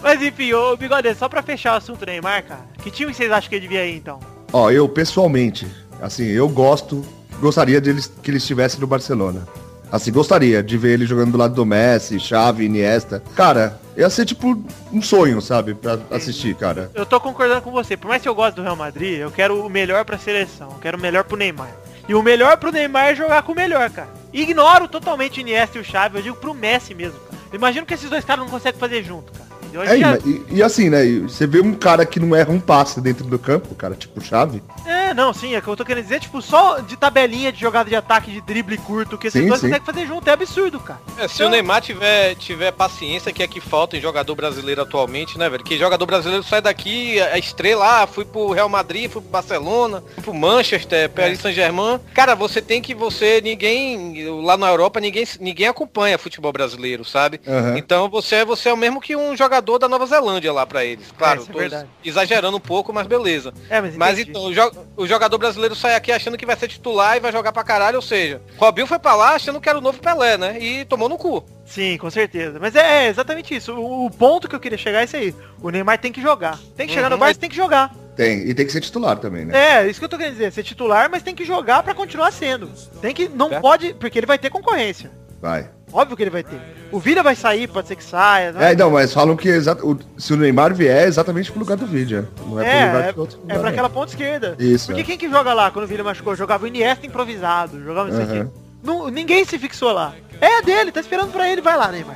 [SPEAKER 1] Mas enfim, ô Bigode, só pra fechar o assunto do Neymar, cara, que time que vocês acham que ele devia ir então?
[SPEAKER 3] Ó, eu pessoalmente, assim, eu gosto, gostaria de eles- que ele estivesse no Barcelona. Assim, gostaria de ver ele jogando do lado do Messi, Xavi, Iniesta. Cara, ia ser tipo um sonho, sabe, pra assistir, cara.
[SPEAKER 1] Eu tô concordando com você, por mais que eu goste do Real Madrid, eu quero o melhor pra seleção, eu quero o melhor pro Neymar. E o melhor pro Neymar é jogar com o melhor, cara. Ignoro totalmente o Iniesta e o Xavi, eu digo pro Messi mesmo, cara. Eu Imagino que esses dois caras não conseguem fazer junto, cara. Eu
[SPEAKER 3] É, e,
[SPEAKER 1] já-
[SPEAKER 3] e- e assim, né, e você vê um cara que não erra um passe dentro do campo, cara, tipo chave.
[SPEAKER 1] É, não, sim, é o que eu tô querendo dizer, tipo, só de tabelinha, de jogada de ataque, de drible curto, que esses
[SPEAKER 3] Sim,
[SPEAKER 1] dois
[SPEAKER 3] sim.
[SPEAKER 1] conseguem fazer junto, é absurdo, cara.
[SPEAKER 6] É, se o Neymar tiver, tiver paciência, que é que falta em jogador brasileiro atualmente, né, velho? Que jogador brasileiro sai daqui, a estrela, ah, fui pro Real Madrid, fui pro Barcelona, fui pro Manchester, é, Paris Saint-Germain. Cara, você tem que você, ninguém, lá na Europa, ninguém, ninguém acompanha futebol brasileiro, sabe?
[SPEAKER 3] Aham.
[SPEAKER 6] Então você, você é o mesmo que um jogador da Nova Zelândia lá pra eles. Claro,
[SPEAKER 1] isso é
[SPEAKER 6] tô
[SPEAKER 1] verdade.
[SPEAKER 6] exagerando um pouco, mas beleza.
[SPEAKER 1] É, mas,
[SPEAKER 6] Mas
[SPEAKER 1] entendi.
[SPEAKER 6] então, o, jo- o jogador brasileiro sai aqui achando que vai ser titular e vai jogar pra caralho, ou seja, Robinho foi pra lá achando que era o novo Pelé, né? E tomou no cu.
[SPEAKER 1] Sim, com certeza. Mas é, é exatamente isso. O, o ponto que eu queria chegar é isso aí. O Neymar tem que jogar. Tem que chegar no
[SPEAKER 6] Uhum.
[SPEAKER 1] Barça, tem que jogar.
[SPEAKER 3] Tem, e tem que ser titular também, né?
[SPEAKER 1] É, isso que eu tô querendo dizer. Ser titular, mas tem que jogar pra continuar sendo. Tem que, não
[SPEAKER 6] Certo.
[SPEAKER 1] pode, porque ele vai ter concorrência.
[SPEAKER 3] Vai.
[SPEAKER 1] Óbvio que ele vai ter. O Vila vai sair, pode ser que saia. né?
[SPEAKER 3] É, não, mas falam que exa- o- se o Neymar vier é exatamente pro lugar do vídeo. Não é, pro lugar
[SPEAKER 1] É,
[SPEAKER 3] de outro
[SPEAKER 1] é,
[SPEAKER 3] lugar,
[SPEAKER 1] é pra
[SPEAKER 3] não.
[SPEAKER 1] aquela ponta esquerda.
[SPEAKER 3] Isso,
[SPEAKER 1] Porque
[SPEAKER 3] é.
[SPEAKER 1] quem que joga lá quando o Vila machucou? Jogava o Iniesta improvisado, jogava isso aqui.
[SPEAKER 3] Aham.
[SPEAKER 1] Não, ninguém se fixou lá. É a dele, tá esperando pra ele, vai lá, Neymar.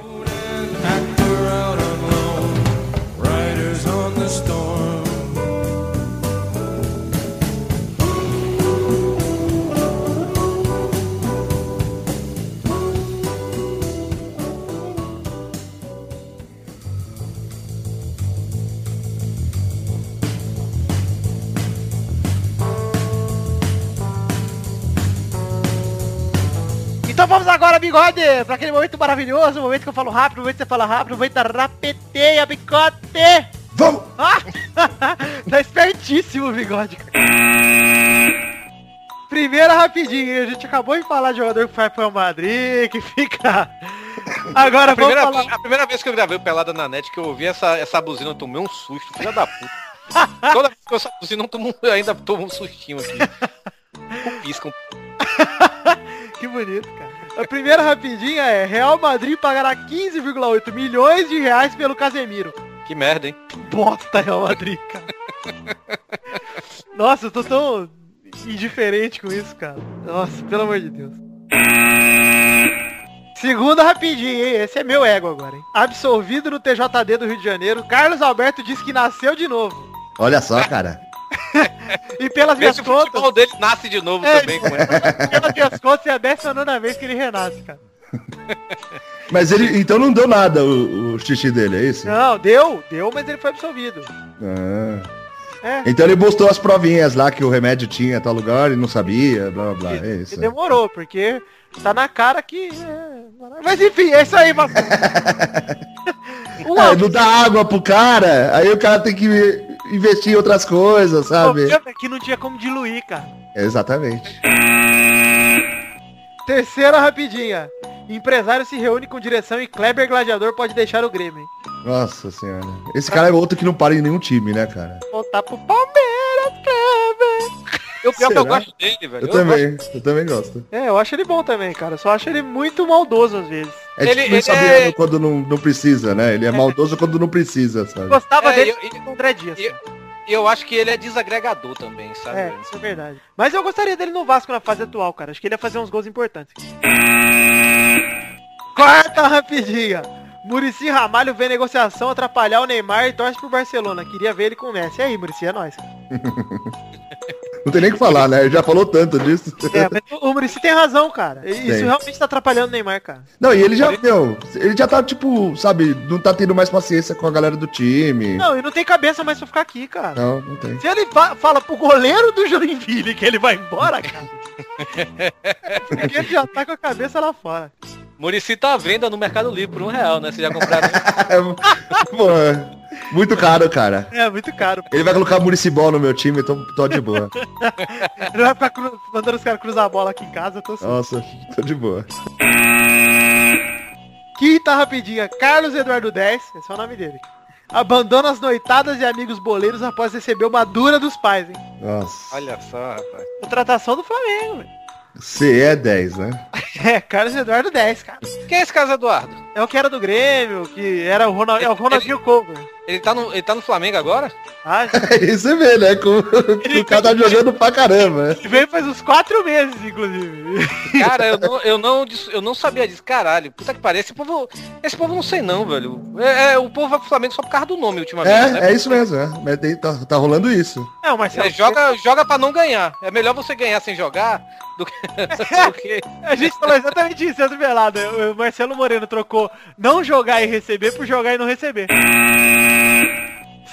[SPEAKER 1] Então vamos agora, bigode, pra aquele momento maravilhoso, o momento que eu falo rápido, o momento que você fala rápido, o momento da rapeteia, bigode!
[SPEAKER 3] Vamos!
[SPEAKER 1] Ah! *laughs* tá espertíssimo o bigode. cara. Primeira rapidinho, hein? a gente acabou de falar de jogador que vai pro Real Madrid, que fica... Agora
[SPEAKER 6] A primeira,
[SPEAKER 1] vamos falar...
[SPEAKER 6] a primeira vez que eu gravei o Pelada na net, que eu ouvi essa, essa buzina, eu tomei um susto, filha da puta. Toda vez que eu ouço essa buzina, eu tomo- eu ainda tomo um sustinho aqui. Um pisco.
[SPEAKER 1] Que bonito, cara. A primeira rapidinha é Real Madrid pagará 15,8 milhões de reais pelo Casemiro.
[SPEAKER 6] Que merda, hein?
[SPEAKER 1] Bosta Real Madrid, cara. Nossa, eu tô tão indiferente com isso, cara. Nossa, pelo amor de Deus. Segunda rapidinha, hein? Esse é meu ego agora, hein? Absolvido no TJD do Rio de Janeiro, Carlos Alberto diz que nasceu de novo.
[SPEAKER 3] Olha só, cara.
[SPEAKER 1] E pelas minhas
[SPEAKER 6] Esse
[SPEAKER 1] contas...
[SPEAKER 6] futebol dele nasce de novo
[SPEAKER 1] É,
[SPEAKER 6] também. com essa.
[SPEAKER 1] pelas minhas contas, é a 19 vez que ele renasce, cara.
[SPEAKER 3] Mas ele, então não deu nada o, o xixi dele, é isso?
[SPEAKER 1] Não, deu, deu, mas ele foi absolvido.
[SPEAKER 3] Ah.
[SPEAKER 1] É.
[SPEAKER 3] Então ele mostrou as provinhas lá que o remédio tinha em tal lugar e não sabia, blá blá blá.
[SPEAKER 1] E-
[SPEAKER 3] É
[SPEAKER 1] E
[SPEAKER 3] isso.
[SPEAKER 1] demorou, porque tá na cara que. é, Mas Um enfim, é isso aí,
[SPEAKER 3] *laughs*
[SPEAKER 1] mano. um
[SPEAKER 3] Ah,
[SPEAKER 1] a
[SPEAKER 3] não dá água pro cara, aí o cara tem que investir em outras coisas,
[SPEAKER 1] o
[SPEAKER 3] sabe?
[SPEAKER 1] problema é que não tinha como diluir, cara.
[SPEAKER 3] Exatamente.
[SPEAKER 1] Terceira rapidinha. Empresário se reúne com direção e Kleber Gladiador pode deixar o Grêmio. hein?
[SPEAKER 3] Nossa senhora. Esse cara é outro que não para em nenhum time, né, cara?
[SPEAKER 1] Voltar pro Palmeiras, Kleber.
[SPEAKER 6] Eu, pior que
[SPEAKER 3] Será?
[SPEAKER 6] eu gosto dele, velho.
[SPEAKER 3] Eu também, eu também gosto.
[SPEAKER 1] É, eu acho ele bom também, cara. Só acho ele muito maldoso às vezes.
[SPEAKER 3] É
[SPEAKER 6] Ele-
[SPEAKER 3] tipo isso
[SPEAKER 6] ele
[SPEAKER 3] Fabiano
[SPEAKER 6] é-
[SPEAKER 3] quando não, não precisa, né? Ele é maldoso quando não precisa, sabe?
[SPEAKER 1] Gostava
[SPEAKER 6] É,
[SPEAKER 1] dele
[SPEAKER 6] eu- eu-
[SPEAKER 1] com o André Dias.
[SPEAKER 6] eu-
[SPEAKER 1] cara.
[SPEAKER 6] E eu acho que ele é desagregador também, sabe? né?
[SPEAKER 1] É, isso é verdade. Mas eu gostaria dele no Vasco na fase atual, cara. Acho que ele ia fazer uns gols importantes. Quarta rapidinha. Murici Ramalho vê negociação atrapalhar o Neymar e torce pro Barcelona. Queria ver ele com o Messi. E aí, Murici, é nóis. cara.
[SPEAKER 3] Não tem nem o que falar, né? Ele já falou tanto disso.
[SPEAKER 1] É, mas o- o Murici tem razão, cara. E- Isso
[SPEAKER 3] Tem.
[SPEAKER 1] realmente tá atrapalhando o Neymar, cara.
[SPEAKER 3] *laughs* Não, e ele já, meu, ele já tá, tipo, sabe, não tá tendo mais paciência com a galera do time.
[SPEAKER 1] Não, e não tem cabeça mais pra ficar aqui, cara.
[SPEAKER 3] Não, não tem. *laughs*
[SPEAKER 1] Se ele fa- fala pro goleiro do
[SPEAKER 3] *laughs*
[SPEAKER 1] Joinville que ele vai embora, cara. Porque ele já tá com a cabeça lá fora.
[SPEAKER 6] Murici tá à venda no Mercado Livre por um real, né? Vocês já compraram?
[SPEAKER 3] Pô, é muito caro, cara.
[SPEAKER 1] É, muito caro.
[SPEAKER 3] Ele vai colocar Muricibol no meu time, então tô de boa.
[SPEAKER 1] Ele vai ficar cru- mandando os caras cruzar a bola aqui em casa, eu tô assim.
[SPEAKER 3] Nossa, tô de boa.
[SPEAKER 1] Quinta rapidinha, Carlos Eduardo 10, esse é o nome dele. Abandona as noitadas de amigos boleiros após receber uma dura dos pais, hein?
[SPEAKER 3] Nossa.
[SPEAKER 6] Olha só, rapaz.
[SPEAKER 1] Contratação do Flamengo, velho. *laughs*
[SPEAKER 3] CE é 10, né? *laughs*
[SPEAKER 1] É, Carlos Eduardo 10, cara.
[SPEAKER 6] Quem é esse Carlos Eduardo?
[SPEAKER 1] É o que era do Grêmio, que era o, Ronald, é o Ronaldinho Cover.
[SPEAKER 6] Ele tá no, ele tá no Flamengo agora?
[SPEAKER 1] Ah,
[SPEAKER 3] Aí você vê, né? Como que o cara tá jogando pra caramba. né?
[SPEAKER 1] ele veio faz uns quatro meses, inclusive. *laughs*
[SPEAKER 6] Cara, eu não, eu não, dis- eu não sabia disso. Caralho, puta que pariu. Esse povo, esse povo não sei não, velho. É, é, o povo vai pro Flamengo só por causa do nome ultimamente, né?
[SPEAKER 3] É, é isso mesmo, é. Mas tem- tá, tá rolando isso.
[SPEAKER 1] É, o Marcelo.
[SPEAKER 6] É, joga, joga pra não ganhar. É melhor você ganhar sem jogar do que... *laughs* do que-
[SPEAKER 1] A gente falou exatamente isso, Sandro Velado. O Marcelo Moreno trocou não jogar e receber por jogar e não receber.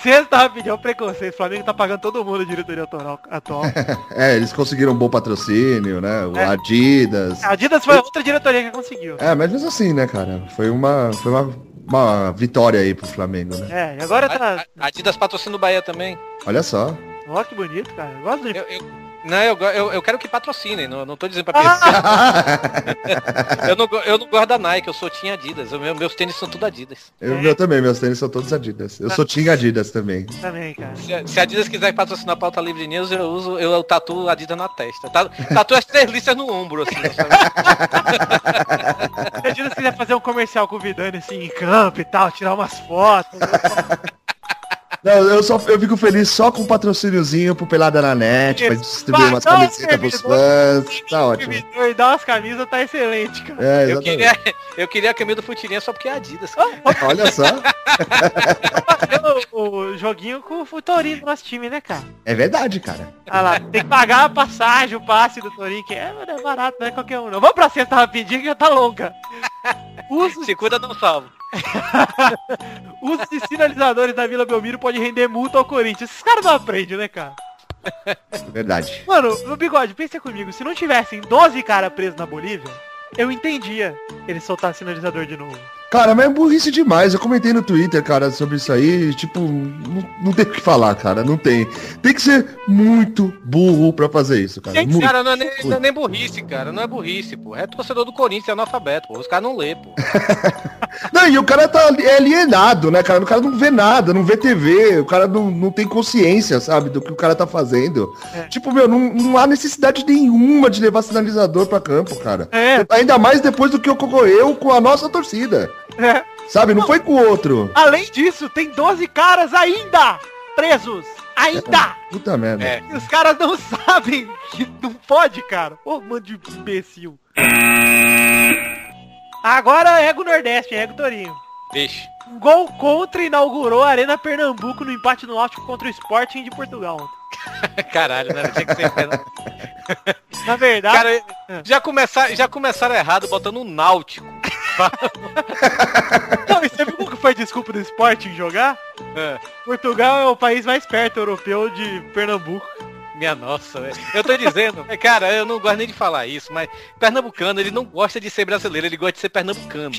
[SPEAKER 1] Sexta rapidinho, é um preconceito. O Flamengo tá pagando todo mundo a diretoria autoral- atual.
[SPEAKER 3] É, eles conseguiram um bom patrocínio, né? O
[SPEAKER 1] É.
[SPEAKER 3] Adidas.
[SPEAKER 1] A Adidas foi a outra diretoria que conseguiu.
[SPEAKER 3] É, mas mesmo assim, né, cara? Foi uma, foi uma, uma vitória aí pro Flamengo, né?
[SPEAKER 1] É, e agora tá.
[SPEAKER 6] A- a- Adidas patrocina o Bahia também.
[SPEAKER 3] Olha só.
[SPEAKER 1] Ó, que bonito, cara. Eu gosto do
[SPEAKER 6] Eu, eu- não, eu, go- eu, eu quero que patrocinem, não, não tô dizendo pra
[SPEAKER 1] Ah,
[SPEAKER 6] pessoa. eu, não, go- eu não gosto da Nike, eu sou tinha Adidas. Eu- meu- meus tênis são tudo Adidas.
[SPEAKER 3] Eu, eu também, meus tênis são todos Adidas. Eu sou Team Adidas também.
[SPEAKER 1] também, cara.
[SPEAKER 6] Se, a- se a Adidas quiser patrocinar a pauta livre de news, eu uso, eu, tatuo Adidas na testa. Ta- Tatuo as três listas no ombro, assim. sabe?
[SPEAKER 1] Se a Adidas quiser fazer um comercial com o Vidani assim em campo e tal, tirar umas fotos.
[SPEAKER 3] Não, eu só eu fico feliz só com o patrocíniozinho pro Pelada na Net, pra distribuir umas
[SPEAKER 1] Não, é
[SPEAKER 3] camisetas pros fãs. Tá ótimo.
[SPEAKER 1] E dar umas camisas, tá excelente, cara.
[SPEAKER 3] É,
[SPEAKER 6] Eu
[SPEAKER 3] exatamente.
[SPEAKER 6] queria, eu queria a camisa do Futirinha só porque é Adidas. cara.
[SPEAKER 3] Olha só.
[SPEAKER 1] Fazer o, o joguinho com o Futorinho do nosso time, né, cara?
[SPEAKER 3] É verdade, cara.
[SPEAKER 1] Olha lá, tem que pagar a passagem, o passe do Torinho, que é, mano, é barato, não é qualquer um não. Vamos pra sexta rapidinho que já tá longa. Usos,
[SPEAKER 6] Se cuida, não salvo.
[SPEAKER 1] usos de sinalizadores da Vila Belmiro pode render multa ao Corinthians. Esses caras não aprendem, né, cara?
[SPEAKER 3] É verdade.
[SPEAKER 1] Mano, o Bigode, pensa comigo, se não tivessem 12 caras presos na Bolívia, eu entendia ele soltar sinalizador de novo.
[SPEAKER 3] Cara, mas é burrice demais. Eu comentei no Twitter, cara, sobre isso aí. e, Tipo, não, não tem o que falar, cara. Não tem. Tem que ser muito burro pra fazer isso, cara.
[SPEAKER 1] Tem que
[SPEAKER 3] Muito.
[SPEAKER 6] Cara, não é, nem, não é nem burrice, cara. Não é burrice, pô. É torcedor do Corinthians, é analfabeto, pô. Os caras não lê, pô.
[SPEAKER 3] Não, e o cara tá ali- é alienado, né, cara? O cara não vê nada, não vê TV, o cara não, não tem consciência, sabe, do que o cara tá fazendo. Tipo, meu, não, não há necessidade nenhuma de levar sinalizador pra campo, cara.
[SPEAKER 1] É.
[SPEAKER 3] Ainda mais depois do que ocorreu com a nossa torcida.
[SPEAKER 1] É.
[SPEAKER 3] Sabe, não foi com o outro.
[SPEAKER 1] Além disso, tem 12 caras ainda presos. Ainda!
[SPEAKER 3] Puta merda.
[SPEAKER 6] É.
[SPEAKER 1] E os caras não *laughs* sabem que não pode, cara. Ô, mano de imbecil. Agora é ego Nordeste, ego Torinho.
[SPEAKER 6] Vixe. *laughs*
[SPEAKER 1] Um gol contra inaugurou a Arena Pernambuco no empate no Náutico contra o Sporting de Portugal. ontem.
[SPEAKER 6] Caralho, né? Não tinha que ser pena.
[SPEAKER 1] Na verdade,
[SPEAKER 6] Cara, já, começar, já começaram errado botando um náutico.
[SPEAKER 1] *laughs* não, e você viu qual que foi a desculpa do Sporting jogar?
[SPEAKER 6] É.
[SPEAKER 1] Portugal é o país mais perto europeu de
[SPEAKER 6] *laughs*
[SPEAKER 1] Pernambuco.
[SPEAKER 6] Minha nossa, velho. Eu tô dizendo, *laughs* é, cara, eu não gosto nem de falar isso, mas pernambucano, ele não gosta de ser brasileiro, ele gosta de ser pernambucano.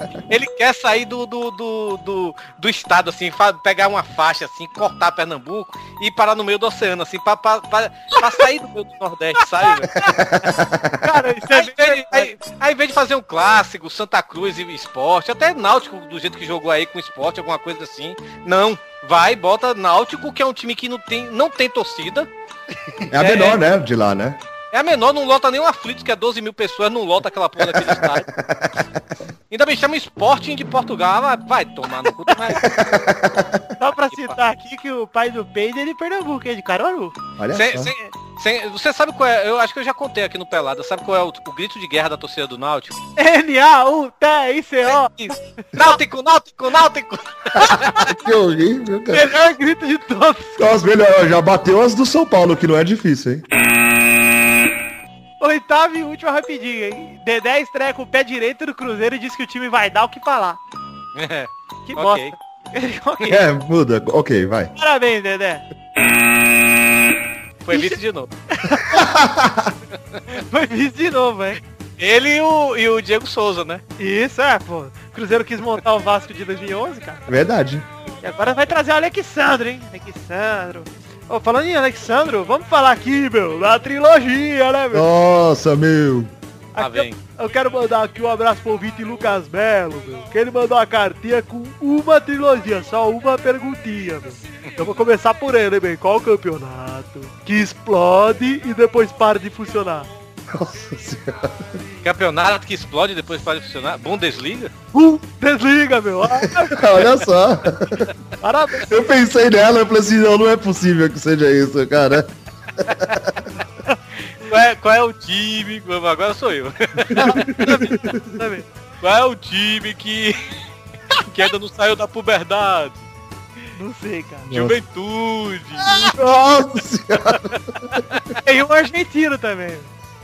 [SPEAKER 6] Ele, ele quer sair do, do, do, do, do estado, assim, fa- pegar uma faixa, assim, cortar Pernambuco e parar no meio do oceano, assim, pra, pra, pra, pra sair do meio do Nordeste, sabe? velho?
[SPEAKER 1] Cara, isso é
[SPEAKER 6] Aí, em vez
[SPEAKER 1] verdade.
[SPEAKER 6] de- aí, aí, em vez de fazer um clássico, Santa Cruz e esporte, até Náutico, do jeito que jogou aí com esporte, alguma coisa assim, não. Vai, bota Náutico, que é um time que não tem, não tem torcida,
[SPEAKER 3] É a menor, né, de lá, né?
[SPEAKER 6] É a menor, não lota nenhum aflito, que é 12 mil pessoas, não lota aquela porra *laughs* daquele estádio. Ainda me chama Sporting de Portugal, ah, vai tomar no cu, tu *laughs* vai.
[SPEAKER 1] Só pra citar aqui que o pai do Peide é de Pernambuco, é de Caruaru.
[SPEAKER 3] Olha
[SPEAKER 6] Sem-
[SPEAKER 3] só.
[SPEAKER 6] sem- sem- você sabe qual é, eu acho que eu já contei aqui no Pelada, sabe qual é o, o grito de guerra da torcida do Náutico?
[SPEAKER 1] N-A-U-T-I-C-O.
[SPEAKER 6] Náutico, Náutico, Náutico!
[SPEAKER 3] Que horrível, cara.
[SPEAKER 1] Melhor grito de todos.
[SPEAKER 3] Nossa, Então, melhor, já bateu as do São Paulo, que não é difícil, hein?
[SPEAKER 1] Oitava e última rapidinho, hein? Dedé estreia com o pé direito do Cruzeiro e diz que o time vai dar o que falar.
[SPEAKER 6] É,
[SPEAKER 1] Que
[SPEAKER 6] ok.
[SPEAKER 1] bosta. *laughs* Ok.
[SPEAKER 3] É, muda. Ok, vai.
[SPEAKER 1] Parabéns, Dedé.
[SPEAKER 6] Foi vice de novo.
[SPEAKER 1] Foi visto de novo, hein?
[SPEAKER 6] Ele e o, e o Diego Souza, né?
[SPEAKER 1] Isso, é, pô. O Cruzeiro quis montar o Vasco de 2011, cara.
[SPEAKER 3] É Verdade.
[SPEAKER 1] E agora vai trazer o Alexandre, hein? Alexandro. Ô, falando em Alexandro, vamos falar aqui, meu, da trilogia, né, meu?
[SPEAKER 3] Nossa, meu.
[SPEAKER 1] Aqui eu-
[SPEAKER 6] Lá Ah, vem.
[SPEAKER 1] Eu, quero mandar aqui um abraço pro ouvinte Lucas Melo, meu, que ele mandou a cartinha com uma trilogia, só uma perguntinha, meu. Eu vou começar por ele, hein, bem, qual o campeonato que explode e depois para de funcionar?
[SPEAKER 3] Nossa senhora.
[SPEAKER 6] Campeonato que explode e depois para de funcionar. Bundesliga?
[SPEAKER 1] Uh, desliga, meu. Ah,
[SPEAKER 3] Olha só.
[SPEAKER 1] Parabéns.
[SPEAKER 3] Eu pensei nela, eu falei assim, não, não é possível que seja isso, cara.
[SPEAKER 6] Qual é, qual é o time? Agora sou eu.
[SPEAKER 1] Sabe?
[SPEAKER 6] Qual é o time que, que ainda não saiu da puberdade?
[SPEAKER 1] Não sei, cara.
[SPEAKER 6] Juventude.
[SPEAKER 3] Nossa senhora.
[SPEAKER 1] Tem um argentino também.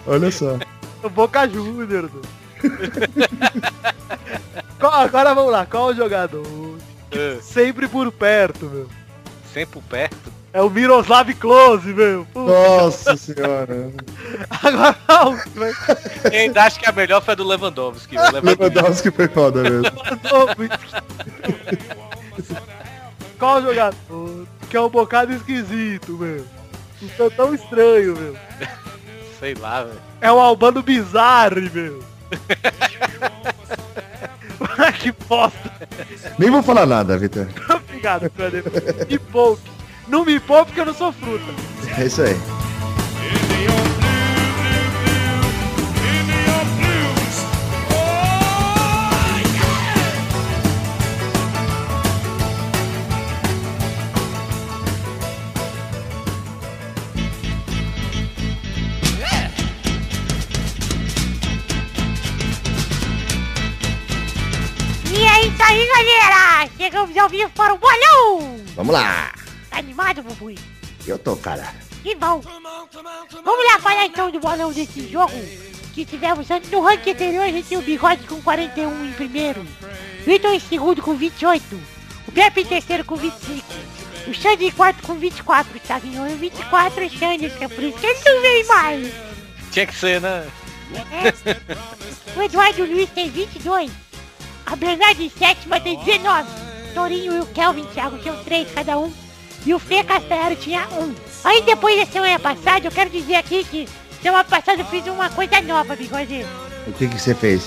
[SPEAKER 3] Olha só.
[SPEAKER 1] O Boca Júnior. *laughs* meu. Qual- agora vamos lá. Qual o jogador?
[SPEAKER 6] É,
[SPEAKER 1] Sempre por perto, meu.
[SPEAKER 6] sempre perto.
[SPEAKER 1] É o Miroslav Klose, meu. Puta,
[SPEAKER 3] Nossa senhora.
[SPEAKER 1] Agora não.
[SPEAKER 6] Quem ainda acha que a melhor foi a do Lewandowski. O Lewandowski.
[SPEAKER 3] Lewandowski foi foda mesmo.
[SPEAKER 1] Qual o jogador? Que é um bocado esquisito, meu. Isso é tão estranho, meu.
[SPEAKER 6] Sei lá, velho.
[SPEAKER 1] É um albano bizarro, meu. *laughs* Ah, que bosta. *laughs*
[SPEAKER 3] Nem vou falar nada, Vitor.
[SPEAKER 1] Obrigado, brother. Me poupe. Não me poupe porque eu não sou fruta.
[SPEAKER 3] É isso aí.
[SPEAKER 4] Oh,
[SPEAKER 8] E é isso aí, galera! Chegamos ao vivo para o bolão!
[SPEAKER 3] Vamos lá.
[SPEAKER 8] Tá animado, Bubui?
[SPEAKER 3] Eu tô, cara.
[SPEAKER 8] Que bom! Vamos lá falar então do bolão desse jogo que tivemos antes. No ranking anterior a gente tinha o Bigode com 41 em primeiro, Vitor em segundo com 28, o Pepe em terceiro com 25, o Xande em quarto com 24, o Chavinho em 24, o Xande, que é por isso que ele não vem mais!
[SPEAKER 6] Tinha que ser, né?
[SPEAKER 8] O Eduardo Luiz tem 22. A Bernardo em sétima tem 19. Torinho e o Kelvin Thiago tinham 3 cada um. E o Fê Castanheiro tinha 1. Aí depois da semana passada, eu quero dizer aqui que semana passada eu fiz uma coisa nova, bigode.
[SPEAKER 3] O que que você fez?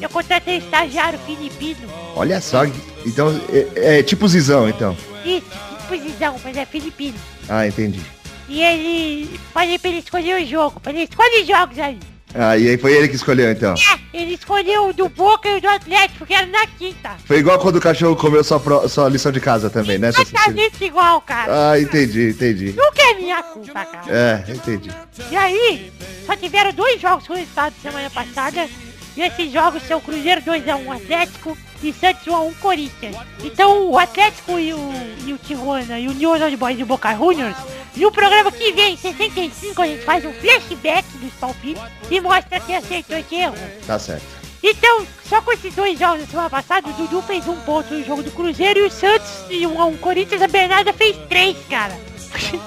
[SPEAKER 8] Eu contratei um estagiário filipino.
[SPEAKER 3] Olha só. Então, é, é tipo Zizão, então.
[SPEAKER 8] Isso, imposição, mas é filipino.
[SPEAKER 3] Ah, entendi.
[SPEAKER 8] E ele. Falei pra ele escolher o jogo. Falei, escolhe jogos aí.
[SPEAKER 3] Ah, e aí foi ele que escolheu, então.
[SPEAKER 8] É, ele escolheu o do Boca e o do Atlético, que era na quinta.
[SPEAKER 3] Foi igual quando o cachorro comeu sua, pro- sua lição de casa também, né? seu Cecília?
[SPEAKER 8] Exatamente tá igual, cara.
[SPEAKER 3] Ah, entendi, entendi.
[SPEAKER 8] Nunca é minha culpa, cara.
[SPEAKER 3] É, entendi.
[SPEAKER 8] E aí, só tiveram dois jogos com resultado semana passada. E esses jogos são Cruzeiro 2x1 Atlético e Santos 1x1 Corinthians. Então o Atlético e o, e o Tijuana e o New Orleans Boys e o Boca Juniors. E o programa que vem, em 65, a gente faz um flashback do Palpites e mostra quem acertou e quem errou.
[SPEAKER 3] Tá certo.
[SPEAKER 8] Então, só com esses dois jogos da semana passada, o Dudu fez um ponto no jogo do Cruzeiro e o Santos e 1x1 Corinthians, a Bernarda fez três, cara.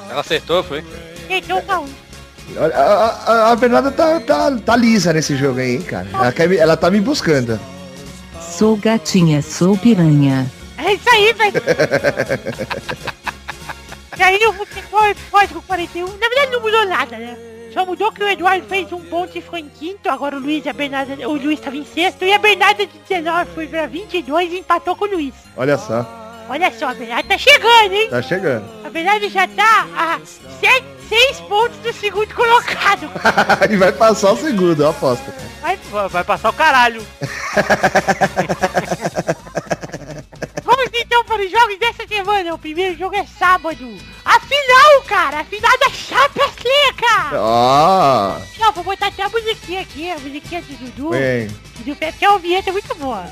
[SPEAKER 8] um
[SPEAKER 6] Ela acertou, foi?
[SPEAKER 8] Acertou 1x1.
[SPEAKER 3] Olha, A, a- a Bernarda tá, tá, tá lisa nesse jogo aí, hein, cara. Ela, quer me- ela tá me buscando.
[SPEAKER 2] Sou gatinha, sou piranha.
[SPEAKER 8] É isso aí, velho. e aí o futebol pode com 41. Na verdade não mudou nada, né? Só mudou que o Eduardo fez um ponte e ficou em quinto, agora o Luiz e a Bernarda. O Luiz tava em sexto e a Bernarda de 19 foi pra 22 e empatou com o Luiz.
[SPEAKER 3] Olha só,
[SPEAKER 8] Olha só, a Bernarda tá chegando, hein?
[SPEAKER 3] tá chegando. *laughs*
[SPEAKER 8] A Bernarda já tá a 6 pontos do segundo colocado.
[SPEAKER 3] e vai passar o segundo, eu aposto.
[SPEAKER 1] Vai, vai passar o caralho.
[SPEAKER 8] Vamos então para os jogos dessa semana. O primeiro jogo é sábado. A final, cara! A final da Champions League, cara!
[SPEAKER 3] Ah,
[SPEAKER 8] Não, vou botar até a musiquinha aqui, a musiquinha do Dudu
[SPEAKER 3] bem.
[SPEAKER 8] e do Pepe, que é uma vinheta muito boa.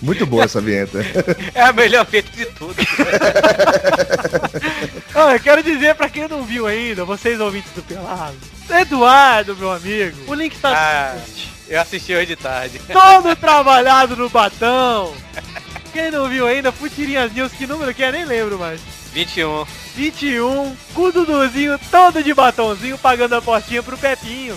[SPEAKER 3] Muito boa essa vinheta. *laughs*
[SPEAKER 6] É a melhor feita de tudo.
[SPEAKER 1] Ah, eu quero dizer pra quem não viu ainda, vocês ouvintes do Pelado. Eduardo, meu amigo, o link tá no
[SPEAKER 6] *laughs* Ah.
[SPEAKER 1] post.
[SPEAKER 6] Eu assisti hoje de tarde.
[SPEAKER 1] Todo trabalhado no Batão. Quem não viu ainda, Futirinhas News, que número que é, nem lembro mais.
[SPEAKER 6] 21.
[SPEAKER 1] 21, com o Duduzinho todo de batonzinho, pagando a portinha pro
[SPEAKER 6] *laughs*
[SPEAKER 1] Pepinho.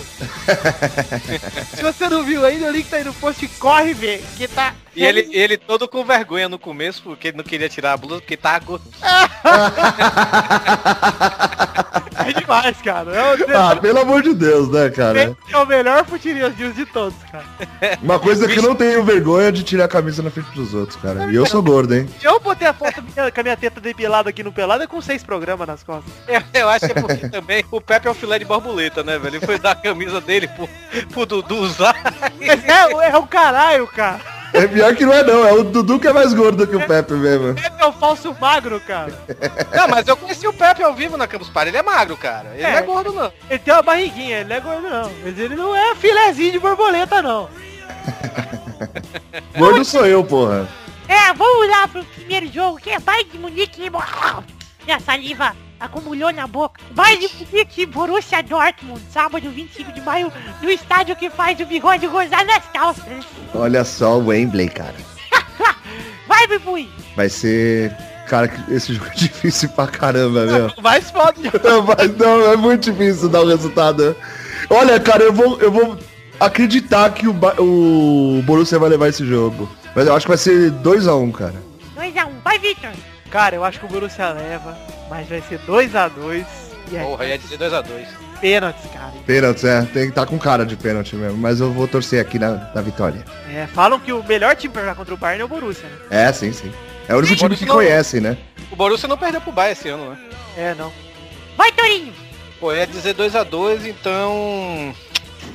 [SPEAKER 1] Se você não viu ainda, o link tá aí no post, corre ver, que tá...
[SPEAKER 6] E ele, ele todo com vergonha no começo, porque ele não queria tirar a blusa, porque tá gordo.
[SPEAKER 1] *laughs* É demais, cara. É o,
[SPEAKER 3] Ah, pelo amor de Deus, né, cara?
[SPEAKER 1] é o melhor Futirinhas News de todos, cara.
[SPEAKER 3] Uma coisa que eu não tenho vergonha é de tirar a camisa na frente dos outros, cara. E eu sou gordo, hein?
[SPEAKER 1] Eu botei a foto minha- com a minha teta depilada aqui no Pelada com seis programas nas costas.
[SPEAKER 6] Eu, eu acho que é porque também o Pepe é um filé de borboleta, né, velho? Ele foi dar a camisa dele pro, pro Dudu usar.
[SPEAKER 1] Mas é, o- é o caralho, cara.
[SPEAKER 3] É pior que não é não, é o Dudu que é mais gordo que o Pepe mesmo.
[SPEAKER 1] Pepe é o falso magro, cara.
[SPEAKER 6] Não, mas eu conheci o Pepe ao vivo na Campus Party. Ele é magro, cara. Ele não
[SPEAKER 1] É.
[SPEAKER 6] é gordo, não.
[SPEAKER 1] Ele tem uma barriguinha, ele não é gordo não. Mas ele não é filezinho de borboleta, não.
[SPEAKER 3] Gordo sou eu, porra.
[SPEAKER 8] É, vamos lá pro primeiro jogo, que é Bayern de Munique e... Bo- Minha saliva acumulou na boca. Bayern de Munique e Borussia Dortmund, sábado
[SPEAKER 1] Tipo,
[SPEAKER 8] 25 de
[SPEAKER 1] um
[SPEAKER 8] maio,
[SPEAKER 6] É.
[SPEAKER 8] no estádio que faz o bigode gozar nas calças.
[SPEAKER 3] Olha só o Wembley, cara.
[SPEAKER 8] Vai, Bibui!
[SPEAKER 3] Vai ser... Cara, que- esse jogo é *laughs* difícil pra caramba, meu.
[SPEAKER 1] Mas foda.
[SPEAKER 3] Mas não, é muito difícil dar o resultado. Olha, cara, eu vou, eu vou acreditar que o, Ba- o Borussia vai levar esse jogo. Mas eu acho que vai ser 2x1, cara.
[SPEAKER 8] 2x1, vai, Victor!
[SPEAKER 1] Cara, eu acho que o Borussia leva, mas vai ser 2x2. E é
[SPEAKER 6] Porra, ia dizer 2x2.
[SPEAKER 1] pênaltis, cara.
[SPEAKER 3] Pênalti, é. Tem que estar com cara de pênalti mesmo. Mas eu vou torcer aqui na, na vitória.
[SPEAKER 1] É, falam que o melhor time pra jogar contra o Bayern é o Borussia, né?
[SPEAKER 3] É, sim, sim. É o único time que
[SPEAKER 6] Borussia não.
[SPEAKER 3] conhece, né?
[SPEAKER 6] O Borussia não perdeu pro Bayern esse ano, né?
[SPEAKER 1] É, não.
[SPEAKER 8] Vai, Torinho!
[SPEAKER 6] Pô, eu ia dizer 2x2, então...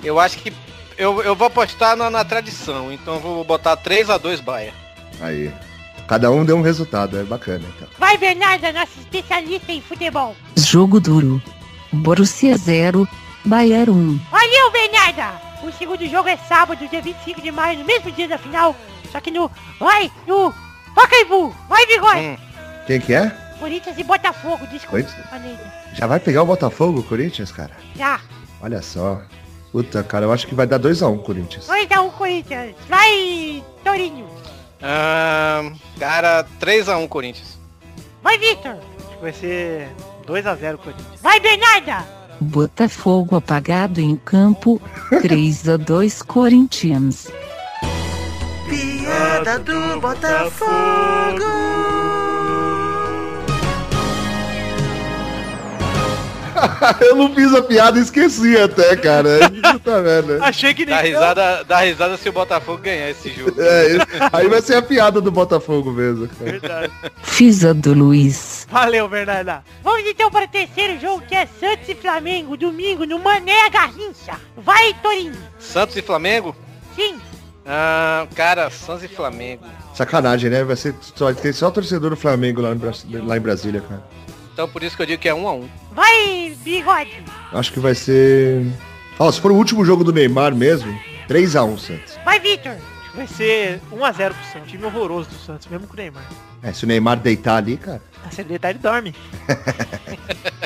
[SPEAKER 6] Eu acho que... Eu, eu vou apostar na, na tradição, então eu vou botar 3x2 Bayern.
[SPEAKER 3] Aí. Cada um deu um resultado, é bacana, então.
[SPEAKER 8] Vai, Bernarda, nossa especialista em futebol!
[SPEAKER 2] Jogo duro. Borussia 0, Bayern 1.
[SPEAKER 8] Valeu, Bernarda! O segundo jogo é sábado, dia 25 de maio, no mesmo dia da final, só que no... Vai, no... Pacaembu! Vai, Bigode!
[SPEAKER 3] Quem que é?
[SPEAKER 8] Corinthians e Botafogo, desculpa,
[SPEAKER 3] Corinthians?
[SPEAKER 8] falei.
[SPEAKER 3] Já vai pegar o Botafogo, o Corinthians, cara?
[SPEAKER 8] Já.
[SPEAKER 3] Olha só. Puta, cara, eu acho que vai dar 2x1, Corinthians.
[SPEAKER 8] 2x1 Corinthians. Vai, Torinho.
[SPEAKER 6] Ahn, cara, 3x1 Corinthians.
[SPEAKER 8] Vai, Victor.
[SPEAKER 1] Acho que vai ser 2x0 Corinthians.
[SPEAKER 8] Vai, Bernarda.
[SPEAKER 2] Botafogo apagado em campo, 3 a 2 Corinthians.
[SPEAKER 7] Piada do Botafogo.
[SPEAKER 3] *laughs* Eu não fiz a piada e esqueci até, cara. É Puta merda.
[SPEAKER 1] Achei que nem...
[SPEAKER 6] Dá risada, dá risada se o Botafogo ganhar esse jogo.
[SPEAKER 3] É, aí vai ser a piada do Botafogo mesmo.
[SPEAKER 1] *laughs*
[SPEAKER 3] cara.
[SPEAKER 1] Verdade.
[SPEAKER 2] Fisa do Luiz.
[SPEAKER 1] Valeu, Bernarda.
[SPEAKER 8] Vamos então para o terceiro jogo, que é Santos e Flamengo, domingo, no Mané Garrincha. Vai, Torinho.
[SPEAKER 6] Santos e Flamengo?
[SPEAKER 8] Sim.
[SPEAKER 6] Ah, cara, Santos e Flamengo.
[SPEAKER 3] Sacanagem, né? Vai ser só, tem só torcedor do Flamengo lá em, Bras- lá em Brasília, cara.
[SPEAKER 6] Então por isso que eu digo que é um a um.
[SPEAKER 8] Vai, Bigode.
[SPEAKER 3] Acho que vai ser. Ó, se for o último jogo do Neymar mesmo, 3x1 Santos.
[SPEAKER 8] Vai, Victor.
[SPEAKER 1] Acho que vai ser 1x0 pro Santos. Time horroroso do Santos, mesmo com o Neymar.
[SPEAKER 3] É, se o Neymar deitar ali, cara.
[SPEAKER 1] Se ele deitar, ele dorme.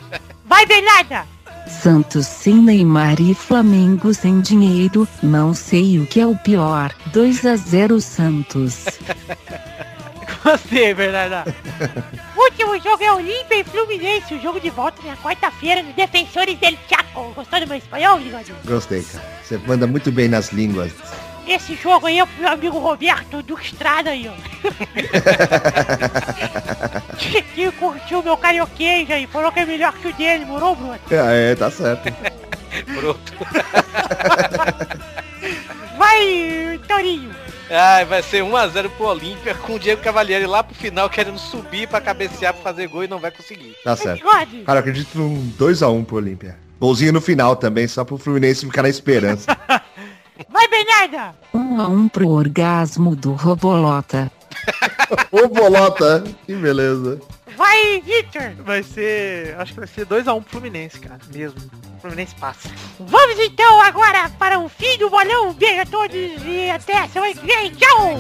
[SPEAKER 1] *laughs*
[SPEAKER 8] Vai, Bernarda.
[SPEAKER 2] Santos sem Neymar e Flamengo sem dinheiro, não sei o que é o pior. 2 a 0 Santos.
[SPEAKER 1] Gostei, Bernarda.
[SPEAKER 8] O último jogo é Olímpia e Fluminense. O jogo de volta na quarta-feira no Defensores del Chaco. Gostou do meu espanhol, Bigode?
[SPEAKER 3] Gostei, cara. Você manda muito bem nas línguas.
[SPEAKER 8] Esse jogo aí é pro meu amigo Roberto do Estrada aí, ó. Chiquinho curtiu meu carioquês aí, falou que é melhor que o dele, morou, Bruno?
[SPEAKER 3] É, é, tá certo.
[SPEAKER 6] Pronto.
[SPEAKER 8] Vai, Torinho!
[SPEAKER 6] *laughs* Ai, vai ser 1x0 pro Olímpia com o Diego Cavalieri lá pro final querendo subir pra cabecear pra fazer gol e não vai conseguir.
[SPEAKER 3] Tá
[SPEAKER 8] Vai,
[SPEAKER 3] certo.
[SPEAKER 8] Bigode!
[SPEAKER 3] Cara, eu acredito num 2x1 pro Olímpia. Golzinho no final também, só pro Fluminense ficar na esperança.
[SPEAKER 8] Vai, Bernarda!
[SPEAKER 2] 1 a 1 pro orgasmo do Robolota.
[SPEAKER 3] *laughs* Ô, Bolota! Que beleza.
[SPEAKER 8] Vai, Victor!
[SPEAKER 1] Vai ser... Acho que vai ser 2x1 pro Fluminense, cara. Mesmo. O Fluminense passa.
[SPEAKER 8] Vamos então agora para o fim do bolão. Um beijo a todos e até a semana que vem. Tchau!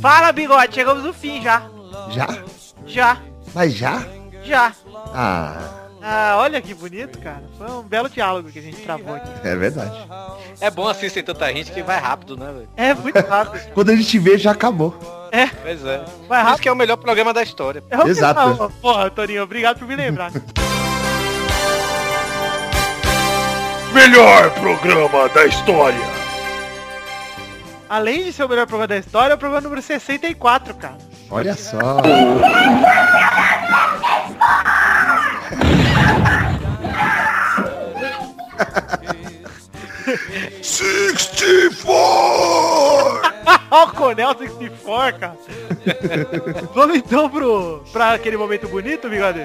[SPEAKER 1] Fala, bigode, chegamos no fim já.
[SPEAKER 3] Já?
[SPEAKER 1] Já,
[SPEAKER 3] Mas já?
[SPEAKER 1] já.
[SPEAKER 3] Ah,
[SPEAKER 1] Ah, olha que bonito, cara. Foi um belo diálogo que a gente travou aqui.
[SPEAKER 3] é verdade.
[SPEAKER 6] É bom assim sem tanta gente que vai rápido, né, velho?
[SPEAKER 1] É muito rápido.
[SPEAKER 3] Quando a gente vê, já acabou.
[SPEAKER 1] É,
[SPEAKER 6] Pois é.
[SPEAKER 1] vai
[SPEAKER 6] Por
[SPEAKER 1] rápido.
[SPEAKER 6] isso que é o melhor programa da história.
[SPEAKER 1] É o que
[SPEAKER 3] Exato.
[SPEAKER 1] eu falo. Porra, Toninho, obrigado por me lembrar.
[SPEAKER 4] Melhor programa da história.
[SPEAKER 1] Além de ser o melhor programa da história, é o programa número 64, cara. *laughs*
[SPEAKER 3] Olha
[SPEAKER 4] *laughs*
[SPEAKER 3] só. Sixty four.
[SPEAKER 1] Ó o Conel 64, cara. Vamos então pro, pra aquele momento bonito, bigode?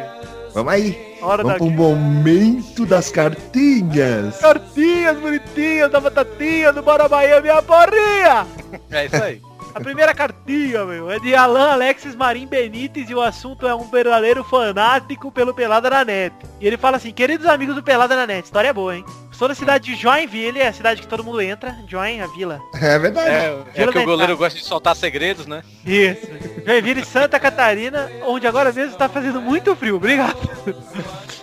[SPEAKER 3] Vamos aí.
[SPEAKER 1] Hora
[SPEAKER 3] Vamos
[SPEAKER 1] da
[SPEAKER 3] pro momento das cartinhas.
[SPEAKER 1] cartinhas bonitinhas da batatinha do Bora Bahia, minha porrinha!
[SPEAKER 6] É isso aí.
[SPEAKER 1] A primeira cartinha, meu, é de Alan Alexis Marim Benites e o assunto é um verdadeiro fanático pelo Pelada na Net. E ele fala assim, queridos amigos do Pelada na Net, história boa, hein? Sou da cidade de Joinville, é a cidade que todo mundo entra, Join, a vila.
[SPEAKER 3] É verdade.
[SPEAKER 6] *laughs* É, é que o goleiro gosta de soltar segredos, né?
[SPEAKER 1] Isso. Joinville, Santa Catarina, onde agora mesmo está fazendo muito frio. Obrigado.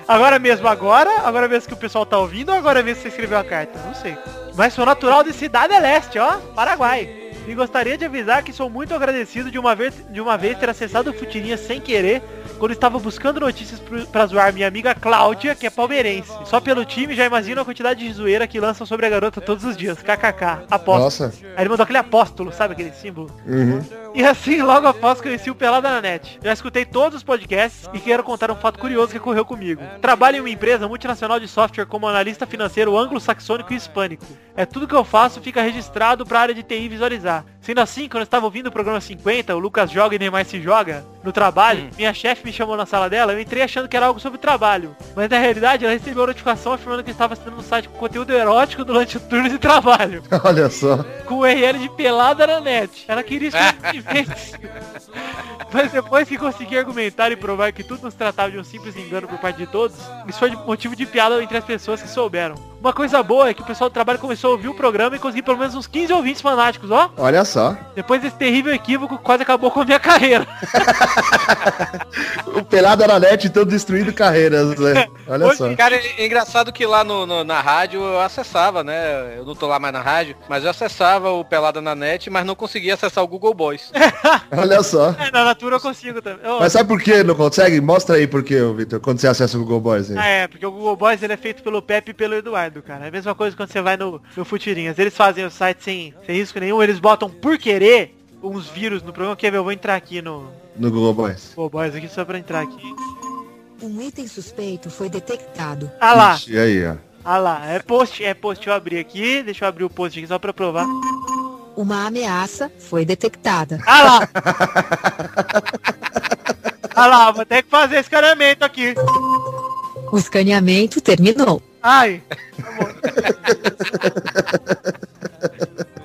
[SPEAKER 1] Agora mesmo, agora, agora mesmo que o pessoal tá ouvindo, ou agora mesmo que você escreveu a carta, não sei. Mas sou natural de Cidade Leste, ó, Paraguai. E gostaria de avisar que sou muito agradecido de uma vez, de uma vez ter acessado o Futirinha sem querer, quando estava buscando notícias pro- pra zoar minha amiga Cláudia, que é palmeirense. Só pelo time já imagino a quantidade de zoeira que lançam sobre a garota todos os dias. KKK. Apóstolo.
[SPEAKER 3] Nossa. *laughs*
[SPEAKER 1] Aí ele mandou aquele apóstolo, sabe aquele símbolo?
[SPEAKER 3] Uhum.
[SPEAKER 1] E assim, logo após, conheci o Pelada na Net. Já escutei todos os podcasts e quero contar um fato curioso que ocorreu comigo. Trabalho em uma empresa multinacional de software como analista financeiro anglo-saxônico e hispânico. É tudo que eu faço fica registrado para a área de TI visualizar. Sendo assim, quando eu estava ouvindo o programa 50, o Lucas joga e nem mais se joga, no trabalho, minha chefe me chamou na sala dela, eu entrei achando que era algo sobre o trabalho. Mas na realidade, ela recebeu uma notificação afirmando que estava assinando um site com conteúdo erótico durante o turno de trabalho
[SPEAKER 3] Olha só.
[SPEAKER 1] com o URL de pelada na net. Ela queria isso de vez. Mas depois que consegui argumentar e provar que tudo não se tratava de um simples engano por parte de todos, isso foi motivo de piada entre as pessoas que souberam. Uma coisa boa é que o pessoal do trabalho começou a ouvir o programa e consegui pelo menos uns 15 ouvintes fanáticos, ó.
[SPEAKER 3] Olha só.
[SPEAKER 1] Depois desse terrível equívoco, quase acabou com a minha *laughs* carreira.
[SPEAKER 3] O pelado era net, então destruindo carreiras, né? Olha só.
[SPEAKER 6] Cara, é engraçado que lá no, no- na rádio eu acessava, né? Eu não tô lá mais na rádio, mas eu acessava o Pelada na net, mas não conseguia acessar o Google Boys. *laughs*
[SPEAKER 3] Olha só.
[SPEAKER 1] É, na Natura eu consigo também. Ó,
[SPEAKER 3] Mas sabe por que não consegue? Mostra aí por que, ô, Vitor, quando você acessa o Google Boys. Aí.
[SPEAKER 1] Ah, é, porque o Google Boys ele é feito pelo Pepe e pelo Eduardo, cara. É a mesma coisa quando você vai no, no Futirinhas. Eles fazem o site sem, sem risco nenhum, eles botam por querer uns vírus no programa. Quer ver? Eu vou entrar aqui no
[SPEAKER 3] No Google Boys.
[SPEAKER 1] Google Boys aqui só pra entrar aqui.
[SPEAKER 9] Um item suspeito foi detectado.
[SPEAKER 1] Ah lá,
[SPEAKER 3] E aí, ó.
[SPEAKER 1] ah lá. É post, é post. Deixa eu abrir aqui. Deixa eu abrir o post aqui só pra provar.
[SPEAKER 9] Uma ameaça foi detectada.
[SPEAKER 1] Ah lá! ah lá, vou ter que fazer escaneamento aqui.
[SPEAKER 9] O escaneamento terminou.
[SPEAKER 1] Ai,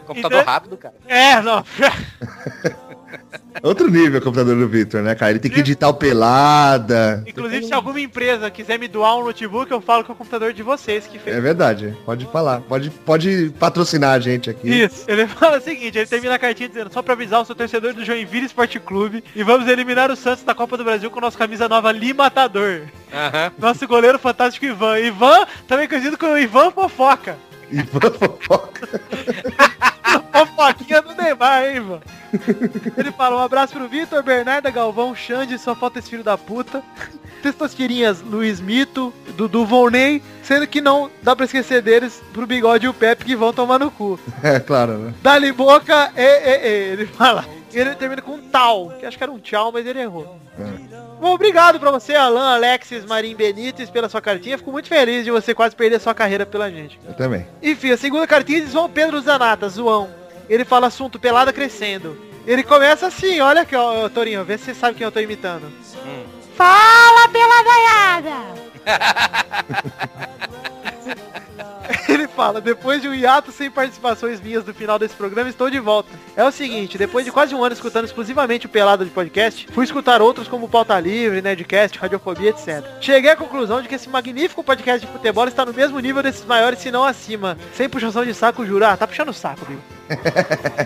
[SPEAKER 6] Computador
[SPEAKER 1] Então-
[SPEAKER 6] rápido, cara.
[SPEAKER 1] é, não. *laughs*
[SPEAKER 3] Outro nível o computador do Vitor, né, cara? Ele tem que editar o pelada.
[SPEAKER 1] Inclusive, se alguma empresa quiser me doar um notebook, eu falo que é o computador de vocês que fez.
[SPEAKER 3] É verdade. Pode falar. Pode, pode patrocinar a gente aqui.
[SPEAKER 1] Isso. Ele fala o seguinte, ele termina a cartinha dizendo, só pra avisar, eu sou torcedor do Joinville Esporte Clube e vamos eliminar o Santos da Copa do Brasil com nossa camisa nova Li Matador.
[SPEAKER 6] Aham.
[SPEAKER 1] Nosso goleiro fantástico Ivan. Ivan, também conhecido como Ivan Fofoca. *laughs*
[SPEAKER 3] E *laughs* fofoca.
[SPEAKER 1] Fofoquinha do Neymar, hein, Ivan? Ele fala, um abraço pro Vitor, Bernarda, Galvão, Xande, só falta esse filho da puta. Testosquirinhas, Luiz Mito, Dudu Volney, sendo que não dá pra esquecer deles pro Bigode e o Pepe que vão tomar no cu.
[SPEAKER 3] É claro, né?
[SPEAKER 1] Dali boca, e, e, e, ele fala. E ele termina com um tal, que acho que era um tchau, mas ele errou. Bom, obrigado pra você, Alan, Alexis, Marim Benites, pela sua cartinha. Fico muito feliz de você quase perder sua carreira pela gente.
[SPEAKER 3] Eu também.
[SPEAKER 1] Enfim, a segunda cartinha é de João Pedro Zanata, Zoão. Ele fala assunto pelada crescendo. Ele começa assim, olha aqui, ó, ô, Torinho, vê se você sabe quem eu tô imitando.
[SPEAKER 8] Fala, peladaiada!
[SPEAKER 1] Ele fala, depois de um hiato sem participações minhas do final desse programa, estou de volta. É o seguinte, depois de quase um ano escutando exclusivamente o Pelada de Podcast, fui escutar outros como Pauta Livre, Nerdcast, Radiofobia, etc. Cheguei à conclusão de que esse magnífico podcast de futebol está no mesmo nível desses maiores, se não acima. Sem puxação de saco, jurar. Ah, Tá puxando o saco, viu?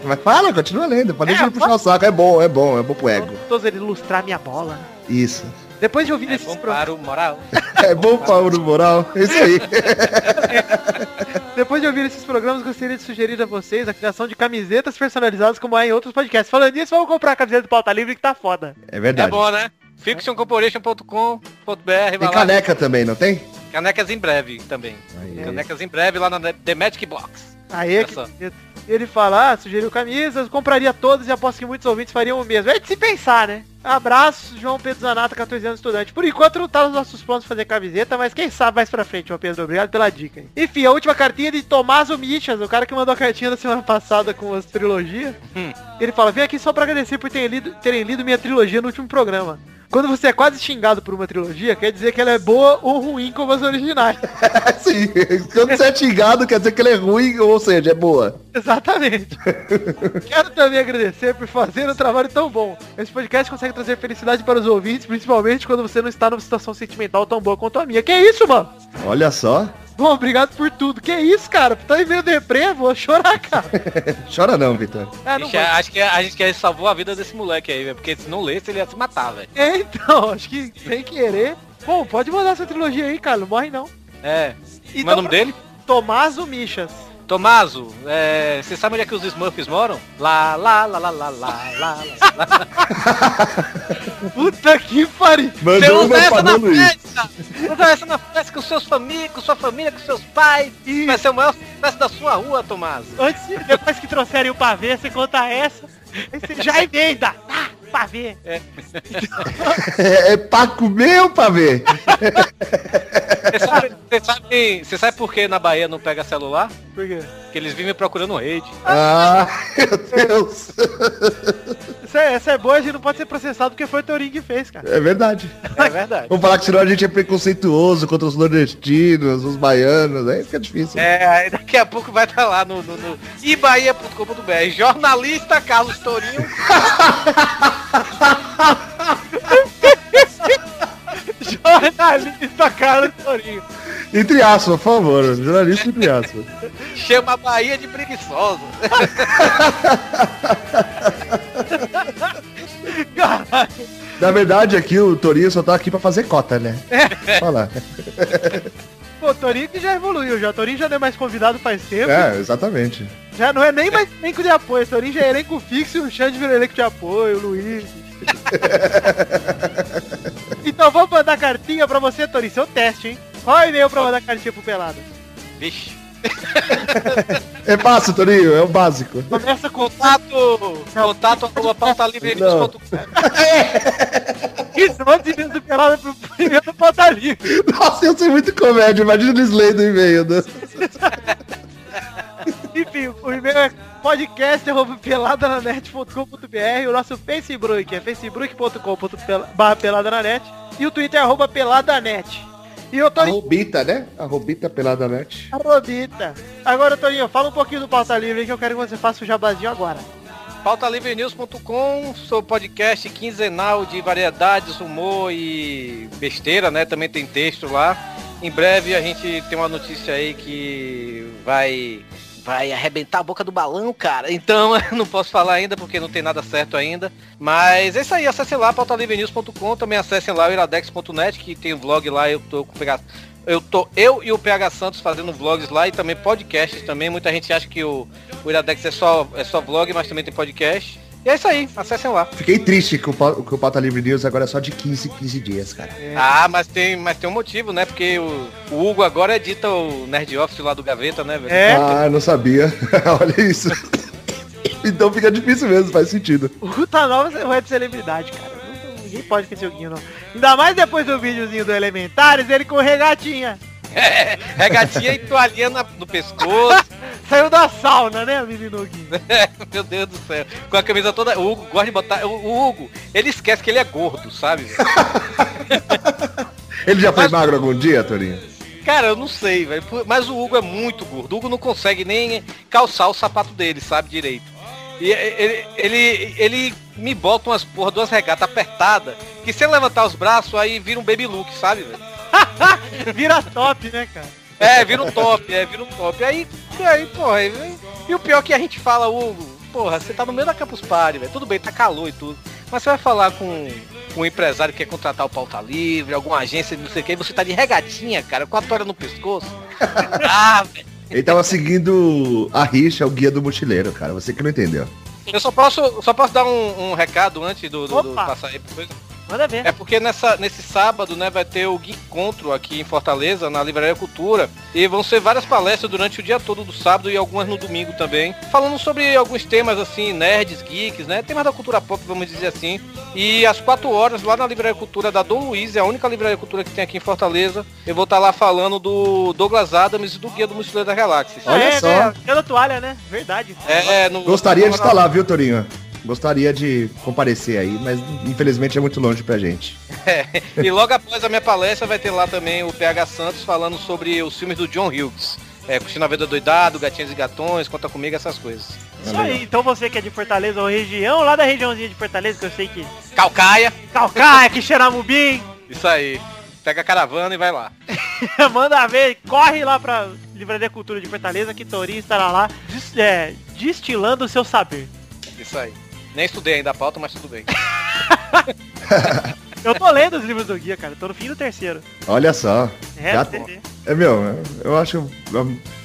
[SPEAKER 3] Mas fala, continua lendo. Pode deixar
[SPEAKER 1] É,
[SPEAKER 3] ele puxar o saco. É bom, é bom, é bom pro ego.
[SPEAKER 1] Gostoso ele ilustrar minha bola.
[SPEAKER 3] Isso.
[SPEAKER 1] Depois de ouvir
[SPEAKER 6] É
[SPEAKER 1] esses
[SPEAKER 6] bom
[SPEAKER 1] pro-
[SPEAKER 6] para o moral.
[SPEAKER 3] É bom para o moral. É isso aí.
[SPEAKER 1] Depois de ouvir esses programas, gostaria de sugerir a vocês a criação de camisetas personalizadas como há em outros podcasts. Falando nisso, vamos comprar a camiseta do Pauta Livre que tá foda.
[SPEAKER 3] É
[SPEAKER 6] É
[SPEAKER 3] verdade.
[SPEAKER 6] bom, né? Fictioncorporation.com.br
[SPEAKER 3] Tem
[SPEAKER 6] vai lá.
[SPEAKER 3] caneca também, não tem?
[SPEAKER 6] Canecas em breve também.
[SPEAKER 3] É.
[SPEAKER 6] Canecas em breve lá na The Magic Box.
[SPEAKER 1] Aí é que...
[SPEAKER 6] Olha
[SPEAKER 1] Ele fala, ah, sugeriu camisas, compraria todas e aposto que muitos ouvintes fariam o mesmo. É de se pensar, né? Abraço, João Pedro Zanata, 14 anos estudante. Por enquanto não tá nos nossos planos fazer camiseta, mas quem sabe mais pra frente, João Pedro. Obrigado pela dica. hein? Enfim, a última cartinha é de Tomaso Michas, o cara que mandou a cartinha da semana passada com as trilogias. Ele fala, vem aqui só pra agradecer por terem lido, terem lido minha trilogia no último programa. Quando você é quase xingado por uma trilogia, quer dizer que ela é boa ou ruim como as originais.
[SPEAKER 3] *laughs* Sim. Quando você é xingado, quer dizer que ele é ruim, ou seja, é boa.
[SPEAKER 1] Exatamente. *laughs* Quero também agradecer por fazer um trabalho tão bom. Esse podcast consegue trazer felicidade para os ouvintes, principalmente quando você não está numa situação sentimental tão boa quanto a minha. Que isso, mano?
[SPEAKER 3] Olha só.
[SPEAKER 1] Bom, obrigado por tudo. Que isso, cara? Tá em meio deprê, vou chorar,
[SPEAKER 6] *laughs*
[SPEAKER 1] cara.
[SPEAKER 3] Chora não, Vitor.
[SPEAKER 1] Ah, não
[SPEAKER 6] Ixi,
[SPEAKER 1] vou.
[SPEAKER 6] acho que é, a gente que salvou a vida desse moleque aí, velho. Porque se não lesse, ele ia se matar, velho.
[SPEAKER 1] É, então, acho que sem querer. Bom, pode mandar essa trilogia aí, cara. Não morre não.
[SPEAKER 6] É.
[SPEAKER 1] Então,
[SPEAKER 6] Como é o nome dele?
[SPEAKER 1] Tomaso Michas.
[SPEAKER 6] Tomazo, é, você sabe onde é que os Smurfs moram? Lá, lá, lá, lá, lá, lá, lá. lá.
[SPEAKER 1] Puta que pariu.
[SPEAKER 6] Você
[SPEAKER 3] Mandou
[SPEAKER 6] usa
[SPEAKER 3] uma
[SPEAKER 6] essa
[SPEAKER 3] pra
[SPEAKER 6] na
[SPEAKER 3] Luiz.
[SPEAKER 6] festa! Usa essa na festa com seus família, com sua família, com seus pais.
[SPEAKER 1] E
[SPEAKER 6] Vai ser o maior sucesso da sua rua, Tomazo.
[SPEAKER 1] antes, depois que trouxerem o pavê, você conta essa. Aí você já emenda. Ah, pavê.
[SPEAKER 3] É, é pra comer ou pra ver?
[SPEAKER 6] Você sabe, você sabe, você sabe por que na Bahia não pega celular?
[SPEAKER 1] Por quê?
[SPEAKER 6] Porque eles vivem procurando rede.
[SPEAKER 3] *laughs* Ah, meu Deus.
[SPEAKER 1] Isso é, essa é boa, a gente não pode ser processado porque foi o Torinho que fez, cara.
[SPEAKER 3] É verdade.
[SPEAKER 6] É verdade.
[SPEAKER 3] Vamos falar que senão a gente é preconceituoso contra os nordestinos, os baianos, aí fica difícil.
[SPEAKER 6] É, aí daqui a pouco vai estar lá no, no, no ibahia.com.br. Jornalista Carlos Tourinho.
[SPEAKER 1] *laughs* Jornalista, cara, do Torinho.
[SPEAKER 3] Entre aspas, por favor, jornalista entre aspas.
[SPEAKER 6] Chama a Bahia de preguiçosa.
[SPEAKER 3] Na verdade, aqui o Torinho só tá aqui pra fazer cota, né? Fala.
[SPEAKER 1] Pô, o Torinho que já evoluiu, já. O Torinho já não é mais convidado faz tempo.
[SPEAKER 3] É, exatamente.
[SPEAKER 1] Já não é nem mais elenco de apoio. O Torinho já é elenco fixo e o Xande virou elenco de apoio, o
[SPEAKER 6] *laughs*
[SPEAKER 1] Luiz. então vamos mandar cartinha pra você, Torinho. Seu teste, hein? Qual é o e-mail pra mandar cartinha pro Pelado?
[SPEAKER 6] Vixe.
[SPEAKER 3] É fácil, Torinho, é o básico. *laughs*
[SPEAKER 1] Começa com
[SPEAKER 6] Contato.
[SPEAKER 1] *laughs*
[SPEAKER 6] Contato arroba pautalivre.com.
[SPEAKER 1] É. isso, manda o e-mail do Pelado pro *laughs* primeiro do Pauta Livre.
[SPEAKER 3] Nossa, eu sei muito comédia, imagina eles lendo o e-mail. né?
[SPEAKER 1] Enfim, o e-mail é podcast.peladananet.com.br, o nosso Facebook é facebook.com.br e o Twitter é arroba peladanet. E eu tô
[SPEAKER 3] A
[SPEAKER 1] em
[SPEAKER 3] Robita, né? A Robita pelada net.
[SPEAKER 1] Arrobita. Agora, Toninho, fala um pouquinho do Pauta Livre aí que eu quero que você faça o jabazinho agora.
[SPEAKER 6] Pautalivrenews.com, seu podcast quinzenal de variedades, humor e besteira, né? Também tem texto lá. Em breve a gente tem uma notícia aí que vai vai arrebentar a boca do balão, cara. Então *laughs* eu não posso falar ainda porque não tem nada certo ainda. Mas é isso aí, acessem lá pautalivrenews.com, também acessem lá o iradex.net, que tem vlog lá, eu tô com o PH eu tô eu e o PH Santos fazendo vlogs lá e também podcasts também. Muita gente acha que o o Iradex é só, é só vlog, mas também tem podcast. E é isso aí, acessem lá.
[SPEAKER 3] Fiquei triste que o, Pa- que o Pata Livre News agora é só de 15 15 dias, cara.
[SPEAKER 6] Ah, mas tem, mas tem um motivo, né? Porque o, o Hugo agora edita o Nerd Office lá do Gaveta, né, velho?
[SPEAKER 1] É,
[SPEAKER 3] Ah, não sabia. *laughs* Olha isso. então fica difícil mesmo, faz sentido.
[SPEAKER 1] o Ruta Nova é web celebridade, cara. Não- não- Ninguém pode esquecer o Guinho, não. Ainda mais depois do videozinho do Elementares, ele com regatinha.
[SPEAKER 6] *laughs* Regatinha e toalhinha na- no pescoço. *laughs*
[SPEAKER 1] Saiu da sauna, né, menino Guinho?
[SPEAKER 6] Meu Deus do céu. Com a camisa toda. O Hugo gosta de botar. O, o Hugo, ele esquece que ele é gordo, sabe? velho?
[SPEAKER 3] Ele já foi
[SPEAKER 6] Mas-
[SPEAKER 3] magro algum dia, Torinho?
[SPEAKER 6] Cara, eu não sei, velho. pu- Mas o Hugo é muito gordo. O Hugo não consegue nem calçar o sapato dele, sabe, direito. E ele, ele, ele me bota umas porra, duas regatas apertadas, que se ele levantar os braços, aí vira um baby look, sabe, velho?
[SPEAKER 1] Vira top, né, cara?
[SPEAKER 6] É, vira um top, é, vira um top. Aí Hugo, aí, porra, aí, vem. E o pior é que a gente fala, Hugo, porra, você tá no meio da Campus Party, velho. Tudo bem, tá calor e tudo. Mas você vai falar com, com um empresário que quer contratar o pauta livre, alguma agência, não sei o que, e você tá de regatinha, cara, com a toalha no pescoço. *laughs* ah, velho.
[SPEAKER 3] Ele tava seguindo a rixa, o guia do mochileiro, cara. Você que não entendeu.
[SPEAKER 6] Eu só posso, só posso dar um, um recado antes do, do, do
[SPEAKER 1] Opa.
[SPEAKER 6] passar aí pra coisa?
[SPEAKER 1] Manda ver.
[SPEAKER 6] É porque nessa, nesse sábado, né, vai ter o Geek Encontro aqui em Fortaleza, na Livraria Cultura. E vão ser várias palestras durante o dia todo do sábado e algumas no domingo também. Falando sobre alguns temas, assim, nerds, geeks, né? Temas da cultura pop, vamos dizer assim. E às 4 horas, lá na Livraria Cultura da Dom Luiz, é a única Livraria Cultura que tem aqui em Fortaleza. Eu vou estar lá falando do Douglas Adams e do Guia do Mochileiro da Galáxia.
[SPEAKER 3] Olha
[SPEAKER 1] é,
[SPEAKER 3] só.
[SPEAKER 1] né? Pela toalha, né? Verdade.
[SPEAKER 6] É, no-
[SPEAKER 3] Gostaria de estar lá, viu, Torinho? Gostaria de comparecer aí, mas infelizmente é muito longe pra gente.
[SPEAKER 6] E logo após a minha palestra vai ter lá também o PH Santos falando sobre os filmes do John Hughes. É, Cristina Veda Doidado, Gatinhas e Gatões, Conta Comigo, essas coisas.
[SPEAKER 1] Isso aí. Então você que é de Fortaleza ou região, lá da regiãozinha de Fortaleza, que eu sei que...
[SPEAKER 6] Calcaia,
[SPEAKER 1] Calcaia, que Xeramubim,
[SPEAKER 6] isso aí. Pega a caravana e vai lá.
[SPEAKER 1] *laughs* manda ver, corre lá pra Livraria Cultura de Fortaleza, que Torinho estará lá dis- é, destilando o seu saber.
[SPEAKER 6] Isso aí. Nem estudei ainda a pauta, mas tudo bem.
[SPEAKER 1] Eu tô lendo os livros do guia, cara. Tô no fim do terceiro.
[SPEAKER 3] Olha só.
[SPEAKER 1] É,
[SPEAKER 3] Já-
[SPEAKER 1] é-
[SPEAKER 3] É meu, eu acho.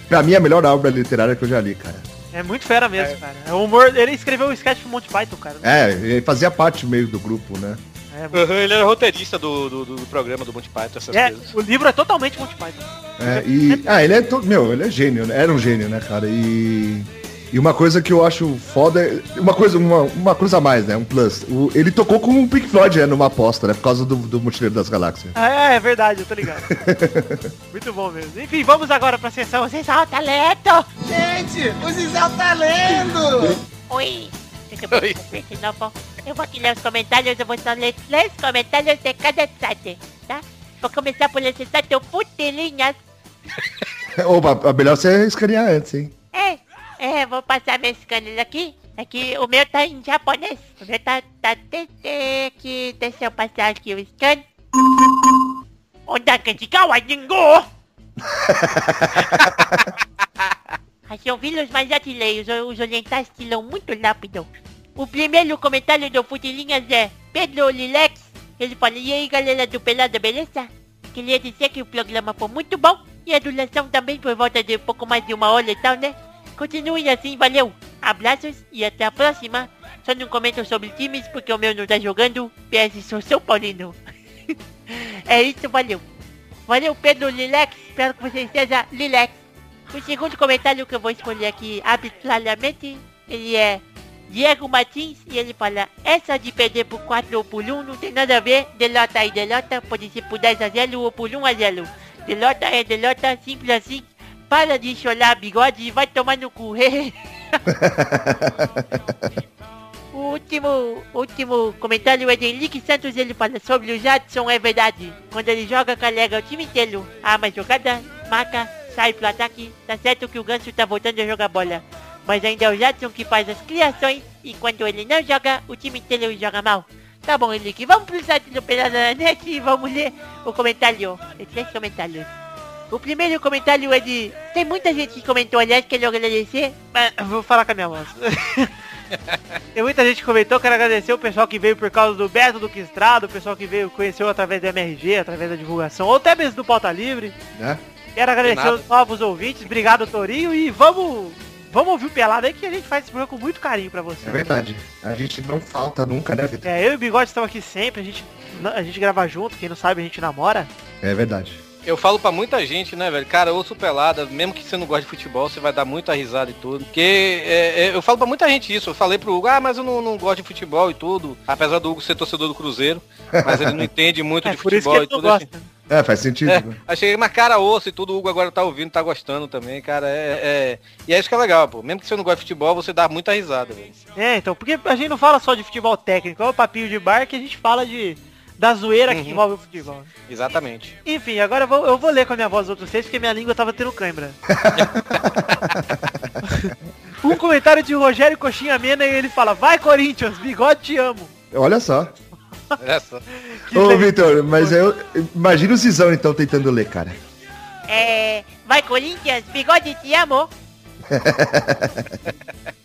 [SPEAKER 3] Pra mim é a melhor obra literária que eu já li, cara.
[SPEAKER 1] é muito fera mesmo, cara. É o humor. Ele escreveu o sketch pro Monty Python, cara.
[SPEAKER 3] É, ele fazia parte meio do grupo, né?
[SPEAKER 1] É,
[SPEAKER 6] Uhum, ele era roteirista do, do, do programa do Monty Python, essas
[SPEAKER 1] é,
[SPEAKER 6] coisas.
[SPEAKER 1] o livro é totalmente Monty Python.
[SPEAKER 3] É, e, ah, ele é todo. Meu, ele é gênio, né? Era um gênio, né, cara? E. E uma coisa que eu acho foda. é- Uma coisa, uma, uma coisa a mais, né? Um plus. O- ele tocou com o Pink Floyd, né? Numa aposta, né? Por causa do, do Mochileiro das Galáxias. *laughs*
[SPEAKER 1] Ah, é, é verdade, eu tô ligado. muito bom mesmo. Enfim, vamos agora pra sessão. Vocês
[SPEAKER 8] um
[SPEAKER 1] são talento!
[SPEAKER 7] Gente, o Zizal tá lendo!
[SPEAKER 8] Oi. Tudo bem com você, novo? Eu vou aqui ler os comentários, eu vou só ler, ler os comentários de cada site, tá? Vou começar por esse site, o Futilinhas.
[SPEAKER 3] Opa, a melhor você escanear antes, hein?
[SPEAKER 8] É, é, vou passar meus scanners aqui. É que o meu tá em japonês. O meu tá, tá te- te- que Deixa eu passar aqui o scan. é Onda kanjikawa jingo! São filhos mais atileiros, os orientais tiram tá muito rápido. O primeiro comentário do Futilinhas é Pedro Lilex. Ele fala, e aí galera do Pelada, beleza? Queria dizer que o programa foi muito bom e a duração também foi volta de pouco mais de uma hora e tal, né? Continuem assim, valeu! Abraços e até a próxima! Só não comento sobre times porque o meu não tá jogando, PS sou São Paulino. *laughs* é isso, valeu! Valeu Pedro Lilex, espero que você esteja Lilex. O segundo comentário que eu vou escolher aqui arbitrariamente, ele é Diego Martins e ele fala Essa de perder por 4 ou por 1 não tem nada a ver, delota e delota, pode ser por 10 a 0 ou por 1 a 0 Delota é delota, simples assim, para de chorar bigode e vai tomar no cu. *laughs* o último, último comentário é de Henrique Santos, ele fala sobre o Jadson, é verdade. Quando ele joga, carrega o time inteiro. Arma a jogada, marca, sai pro ataque. Tá certo que o Ganso tá voltando a jogar bola. Mas ainda é o Jadson que faz as criações e quando ele não joga, o time inteiro joga mal. Tá bom, Henrique, vamos pro site do Pelada na Net e vamos ler o comentário. Esses comentários. O primeiro comentário é de... Tem muita gente que comentou, aliás, quero agradecer.
[SPEAKER 1] Mas vou falar com a minha voz. Tem muita gente que comentou, quero agradecer o pessoal que veio por causa do Beto do Quistrado, o pessoal que veio, conheceu através do MRG, através da divulgação, ou até mesmo do Pauta Livre.
[SPEAKER 3] Né?
[SPEAKER 1] Quero agradecer
[SPEAKER 6] nada.
[SPEAKER 1] os novos ouvintes, obrigado Torinho e vamos, vamos ouvir o Pelado aí que a gente faz esse programa com muito carinho pra você.
[SPEAKER 3] É verdade. A gente não falta nunca, né, Vitor?
[SPEAKER 1] É, eu e o Bigode estamos aqui sempre, a gente, a gente grava junto, quem não sabe a gente namora.
[SPEAKER 3] É verdade.
[SPEAKER 6] Eu falo pra muita gente, né, velho? Cara, ouço pelada, mesmo que você não goste de futebol, você vai dar muita risada e tudo. Porque é, é, eu falo pra muita gente isso. Eu falei pro Hugo, ah, mas eu não, não gosto de futebol e tudo. Apesar do Hugo ser torcedor do Cruzeiro, mas
[SPEAKER 1] *laughs*
[SPEAKER 6] ele não entende muito
[SPEAKER 1] É,
[SPEAKER 6] de
[SPEAKER 1] por isso
[SPEAKER 6] futebol
[SPEAKER 1] que ele
[SPEAKER 6] e
[SPEAKER 1] não
[SPEAKER 6] tudo. assim.
[SPEAKER 1] gosta.
[SPEAKER 3] É, faz sentido.
[SPEAKER 6] É,
[SPEAKER 3] né?
[SPEAKER 6] achei uma cara osso e tudo, o Hugo agora tá ouvindo, tá gostando também, cara. É, é- E é isso que é legal, pô. Mesmo que você não goste de futebol, você dá muita risada, velho.
[SPEAKER 1] É, então, porque a gente não fala só de futebol técnico, é o papinho de bar que a gente fala de da zoeira que
[SPEAKER 6] Uhum.
[SPEAKER 1] envolve o futebol. *laughs*
[SPEAKER 6] Exatamente.
[SPEAKER 1] Enfim, agora eu vou, eu vou ler com a minha voz outros textos, porque minha língua tava tendo cãibra. um comentário de Rogério Coxinha Mena e ele fala, vai Corinthians, bigode te amo.
[SPEAKER 3] Olha só.
[SPEAKER 6] Olha só.
[SPEAKER 1] Que
[SPEAKER 3] Ô,
[SPEAKER 1] legal.
[SPEAKER 3] Vitor, mas eu. Imagina o Zizão então tentando ler, cara.
[SPEAKER 8] É... Vai Corinthians, bigode te amo!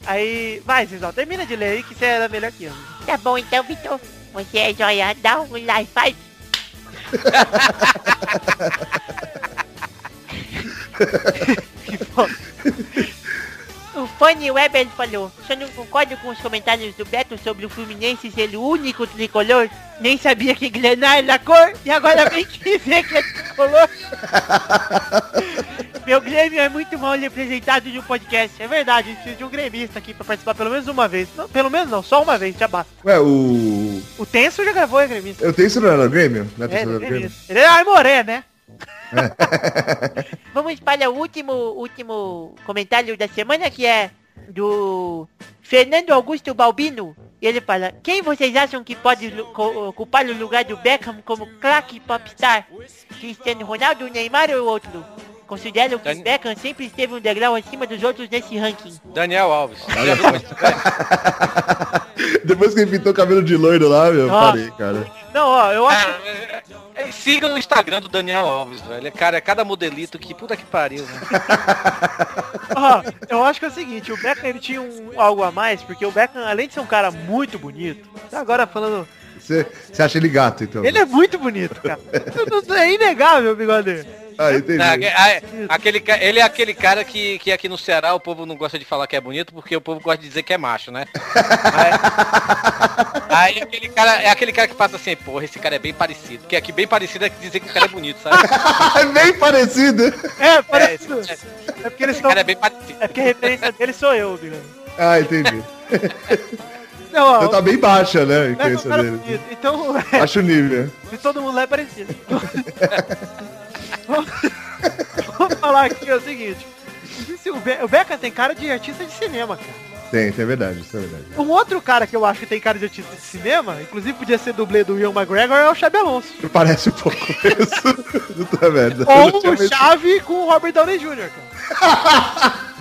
[SPEAKER 1] Aí, vai, Zizal, termina de ler aí que você era melhor que eu.
[SPEAKER 8] Tá bom então, Vitor. Você é joia, dá um
[SPEAKER 1] *laughs*
[SPEAKER 8] like, faz. Que fofo. o Fanny Weber falou, só não concordo com os comentários do Beto sobre o Fluminense ser o único tricolor. Nem sabia que Glenar era cor e agora vem *laughs* que ver que
[SPEAKER 1] *laughs*
[SPEAKER 8] é tricolor. Meu Grêmio é muito mal representado de um podcast. É verdade, a gente precisa de um gremista aqui pra participar pelo menos uma vez. Não, pelo menos não, só uma vez, já basta.
[SPEAKER 3] Ué, o.
[SPEAKER 1] O Tenso já gravou, é gremista.
[SPEAKER 3] Eu tenho isso no Grêmio? Não
[SPEAKER 1] É,
[SPEAKER 3] é, tenho
[SPEAKER 1] ele é
[SPEAKER 3] no Grêmio?
[SPEAKER 1] gremista. Ele é Aimoré, *laughs* né?
[SPEAKER 8] Vamos para o último, último comentário da semana, que é do Fernando Augusto Balbino. E ele fala, quem vocês acham que pode lu- co- ocupar o lugar do Beckham como craque popstar? Cristiano Ronaldo, Neymar ou outro? Considero que
[SPEAKER 6] Dan-
[SPEAKER 8] Beckham sempre esteve um degrau acima dos outros nesse ranking.
[SPEAKER 6] Daniel Alves.
[SPEAKER 3] *laughs*
[SPEAKER 6] *laughs*
[SPEAKER 3] Depois que ele pintou o cabelo de loiro lá, meu, eu
[SPEAKER 1] Ah.
[SPEAKER 3] parei, cara.
[SPEAKER 1] Não, ó, eu acho...
[SPEAKER 6] É, é, Sigam o Instagram do Daniel Alves, velho. Cara, é cada modelito que puta que pariu, né?
[SPEAKER 1] Ó, eu acho que é o seguinte, o Beckham ele tinha um, algo a mais, porque o Beckham, além de ser um cara muito bonito, tá agora falando,
[SPEAKER 3] Você você acha ele gato, então?
[SPEAKER 1] ele é muito bonito, cara. Não- não- É inegável o bigode.
[SPEAKER 3] Ah, entendi.
[SPEAKER 6] Não, aque- a- aquele, ca- ele é aquele cara que, que aqui no Ceará o povo não gosta de falar que é bonito porque o povo gosta de dizer que é macho, né? Aí, aí aquele cara, é aquele cara que passa assim, porra, esse cara é bem parecido. Porque aqui bem parecido é dizer que o cara é bonito, sabe?
[SPEAKER 3] Bem Ah, parecido.
[SPEAKER 1] É,
[SPEAKER 6] É,
[SPEAKER 1] parece.
[SPEAKER 6] esse, esse
[SPEAKER 1] É porque eles estão.
[SPEAKER 6] cara é
[SPEAKER 1] É
[SPEAKER 6] bem parecido.
[SPEAKER 1] porque a referência dele sou eu, bigode.
[SPEAKER 3] Ah, entendi.
[SPEAKER 1] Não, ó,
[SPEAKER 3] Então tá bem baixa, né, a
[SPEAKER 1] o Beckham é um
[SPEAKER 3] influência
[SPEAKER 1] cara
[SPEAKER 3] dele.
[SPEAKER 1] bonito. Então,
[SPEAKER 3] Acho o nível.
[SPEAKER 1] E todo mundo lá é parecido. Vamos- Vamos falar aqui é o seguinte. Se O Be- o Beckham tem cara de artista de cinema, cara.
[SPEAKER 3] Tem, tem é verdade, isso é verdade.
[SPEAKER 1] Um outro cara que eu acho que tem cara de artista de cinema, inclusive podia ser dublê do Will McGregor, é o Xabi Alonso.
[SPEAKER 3] Parece um pouco isso. Puta merda. Eu *laughs* não
[SPEAKER 1] Ou
[SPEAKER 3] tinha
[SPEAKER 1] o
[SPEAKER 3] pensado.
[SPEAKER 1] Chave com o Robert Downey Jr., cara.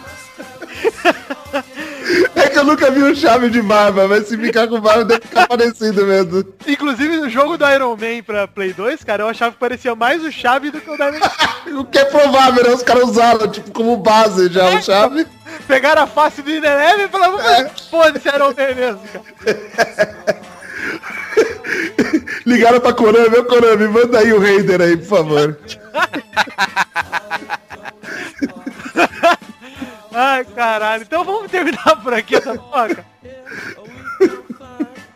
[SPEAKER 3] É que eu nunca vi um chave de barba, mas se ficar com barba deve ficar parecido mesmo.
[SPEAKER 1] Inclusive, no jogo do Iron Man pra Play 2, cara, eu achava que parecia mais o Chave do que o Downey Jr.
[SPEAKER 3] O que é provável, né? Os caras usaram, tipo, como base já o chave.
[SPEAKER 1] Pegaram a face do Ineleve e falaram, foda-se Iron Man mesmo, cara.
[SPEAKER 3] Ligaram pra Konami, ô Konami, manda aí o render aí, por favor.
[SPEAKER 1] Ai, caralho. Então vamos terminar por aqui essa foca.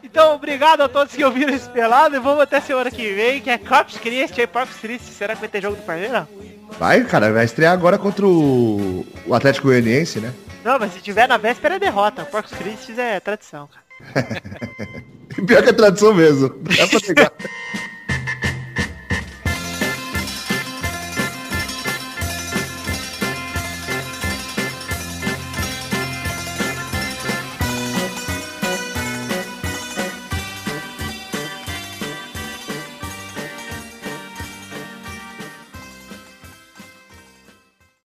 [SPEAKER 1] Então, obrigado a todos que ouviram esse pelado e vamos até semana que vem, que é Corpus Christi e Corpus Christi. Será que vai ter jogo do Palmeiras?
[SPEAKER 3] Vai, cara, vai estrear agora contra o, o Atlético Goianiense, né?
[SPEAKER 1] Não, mas se tiver na véspera é derrota. Corpus Christi é tradição, cara.
[SPEAKER 3] é Pior que a tradição mesmo. Dá pra pegar.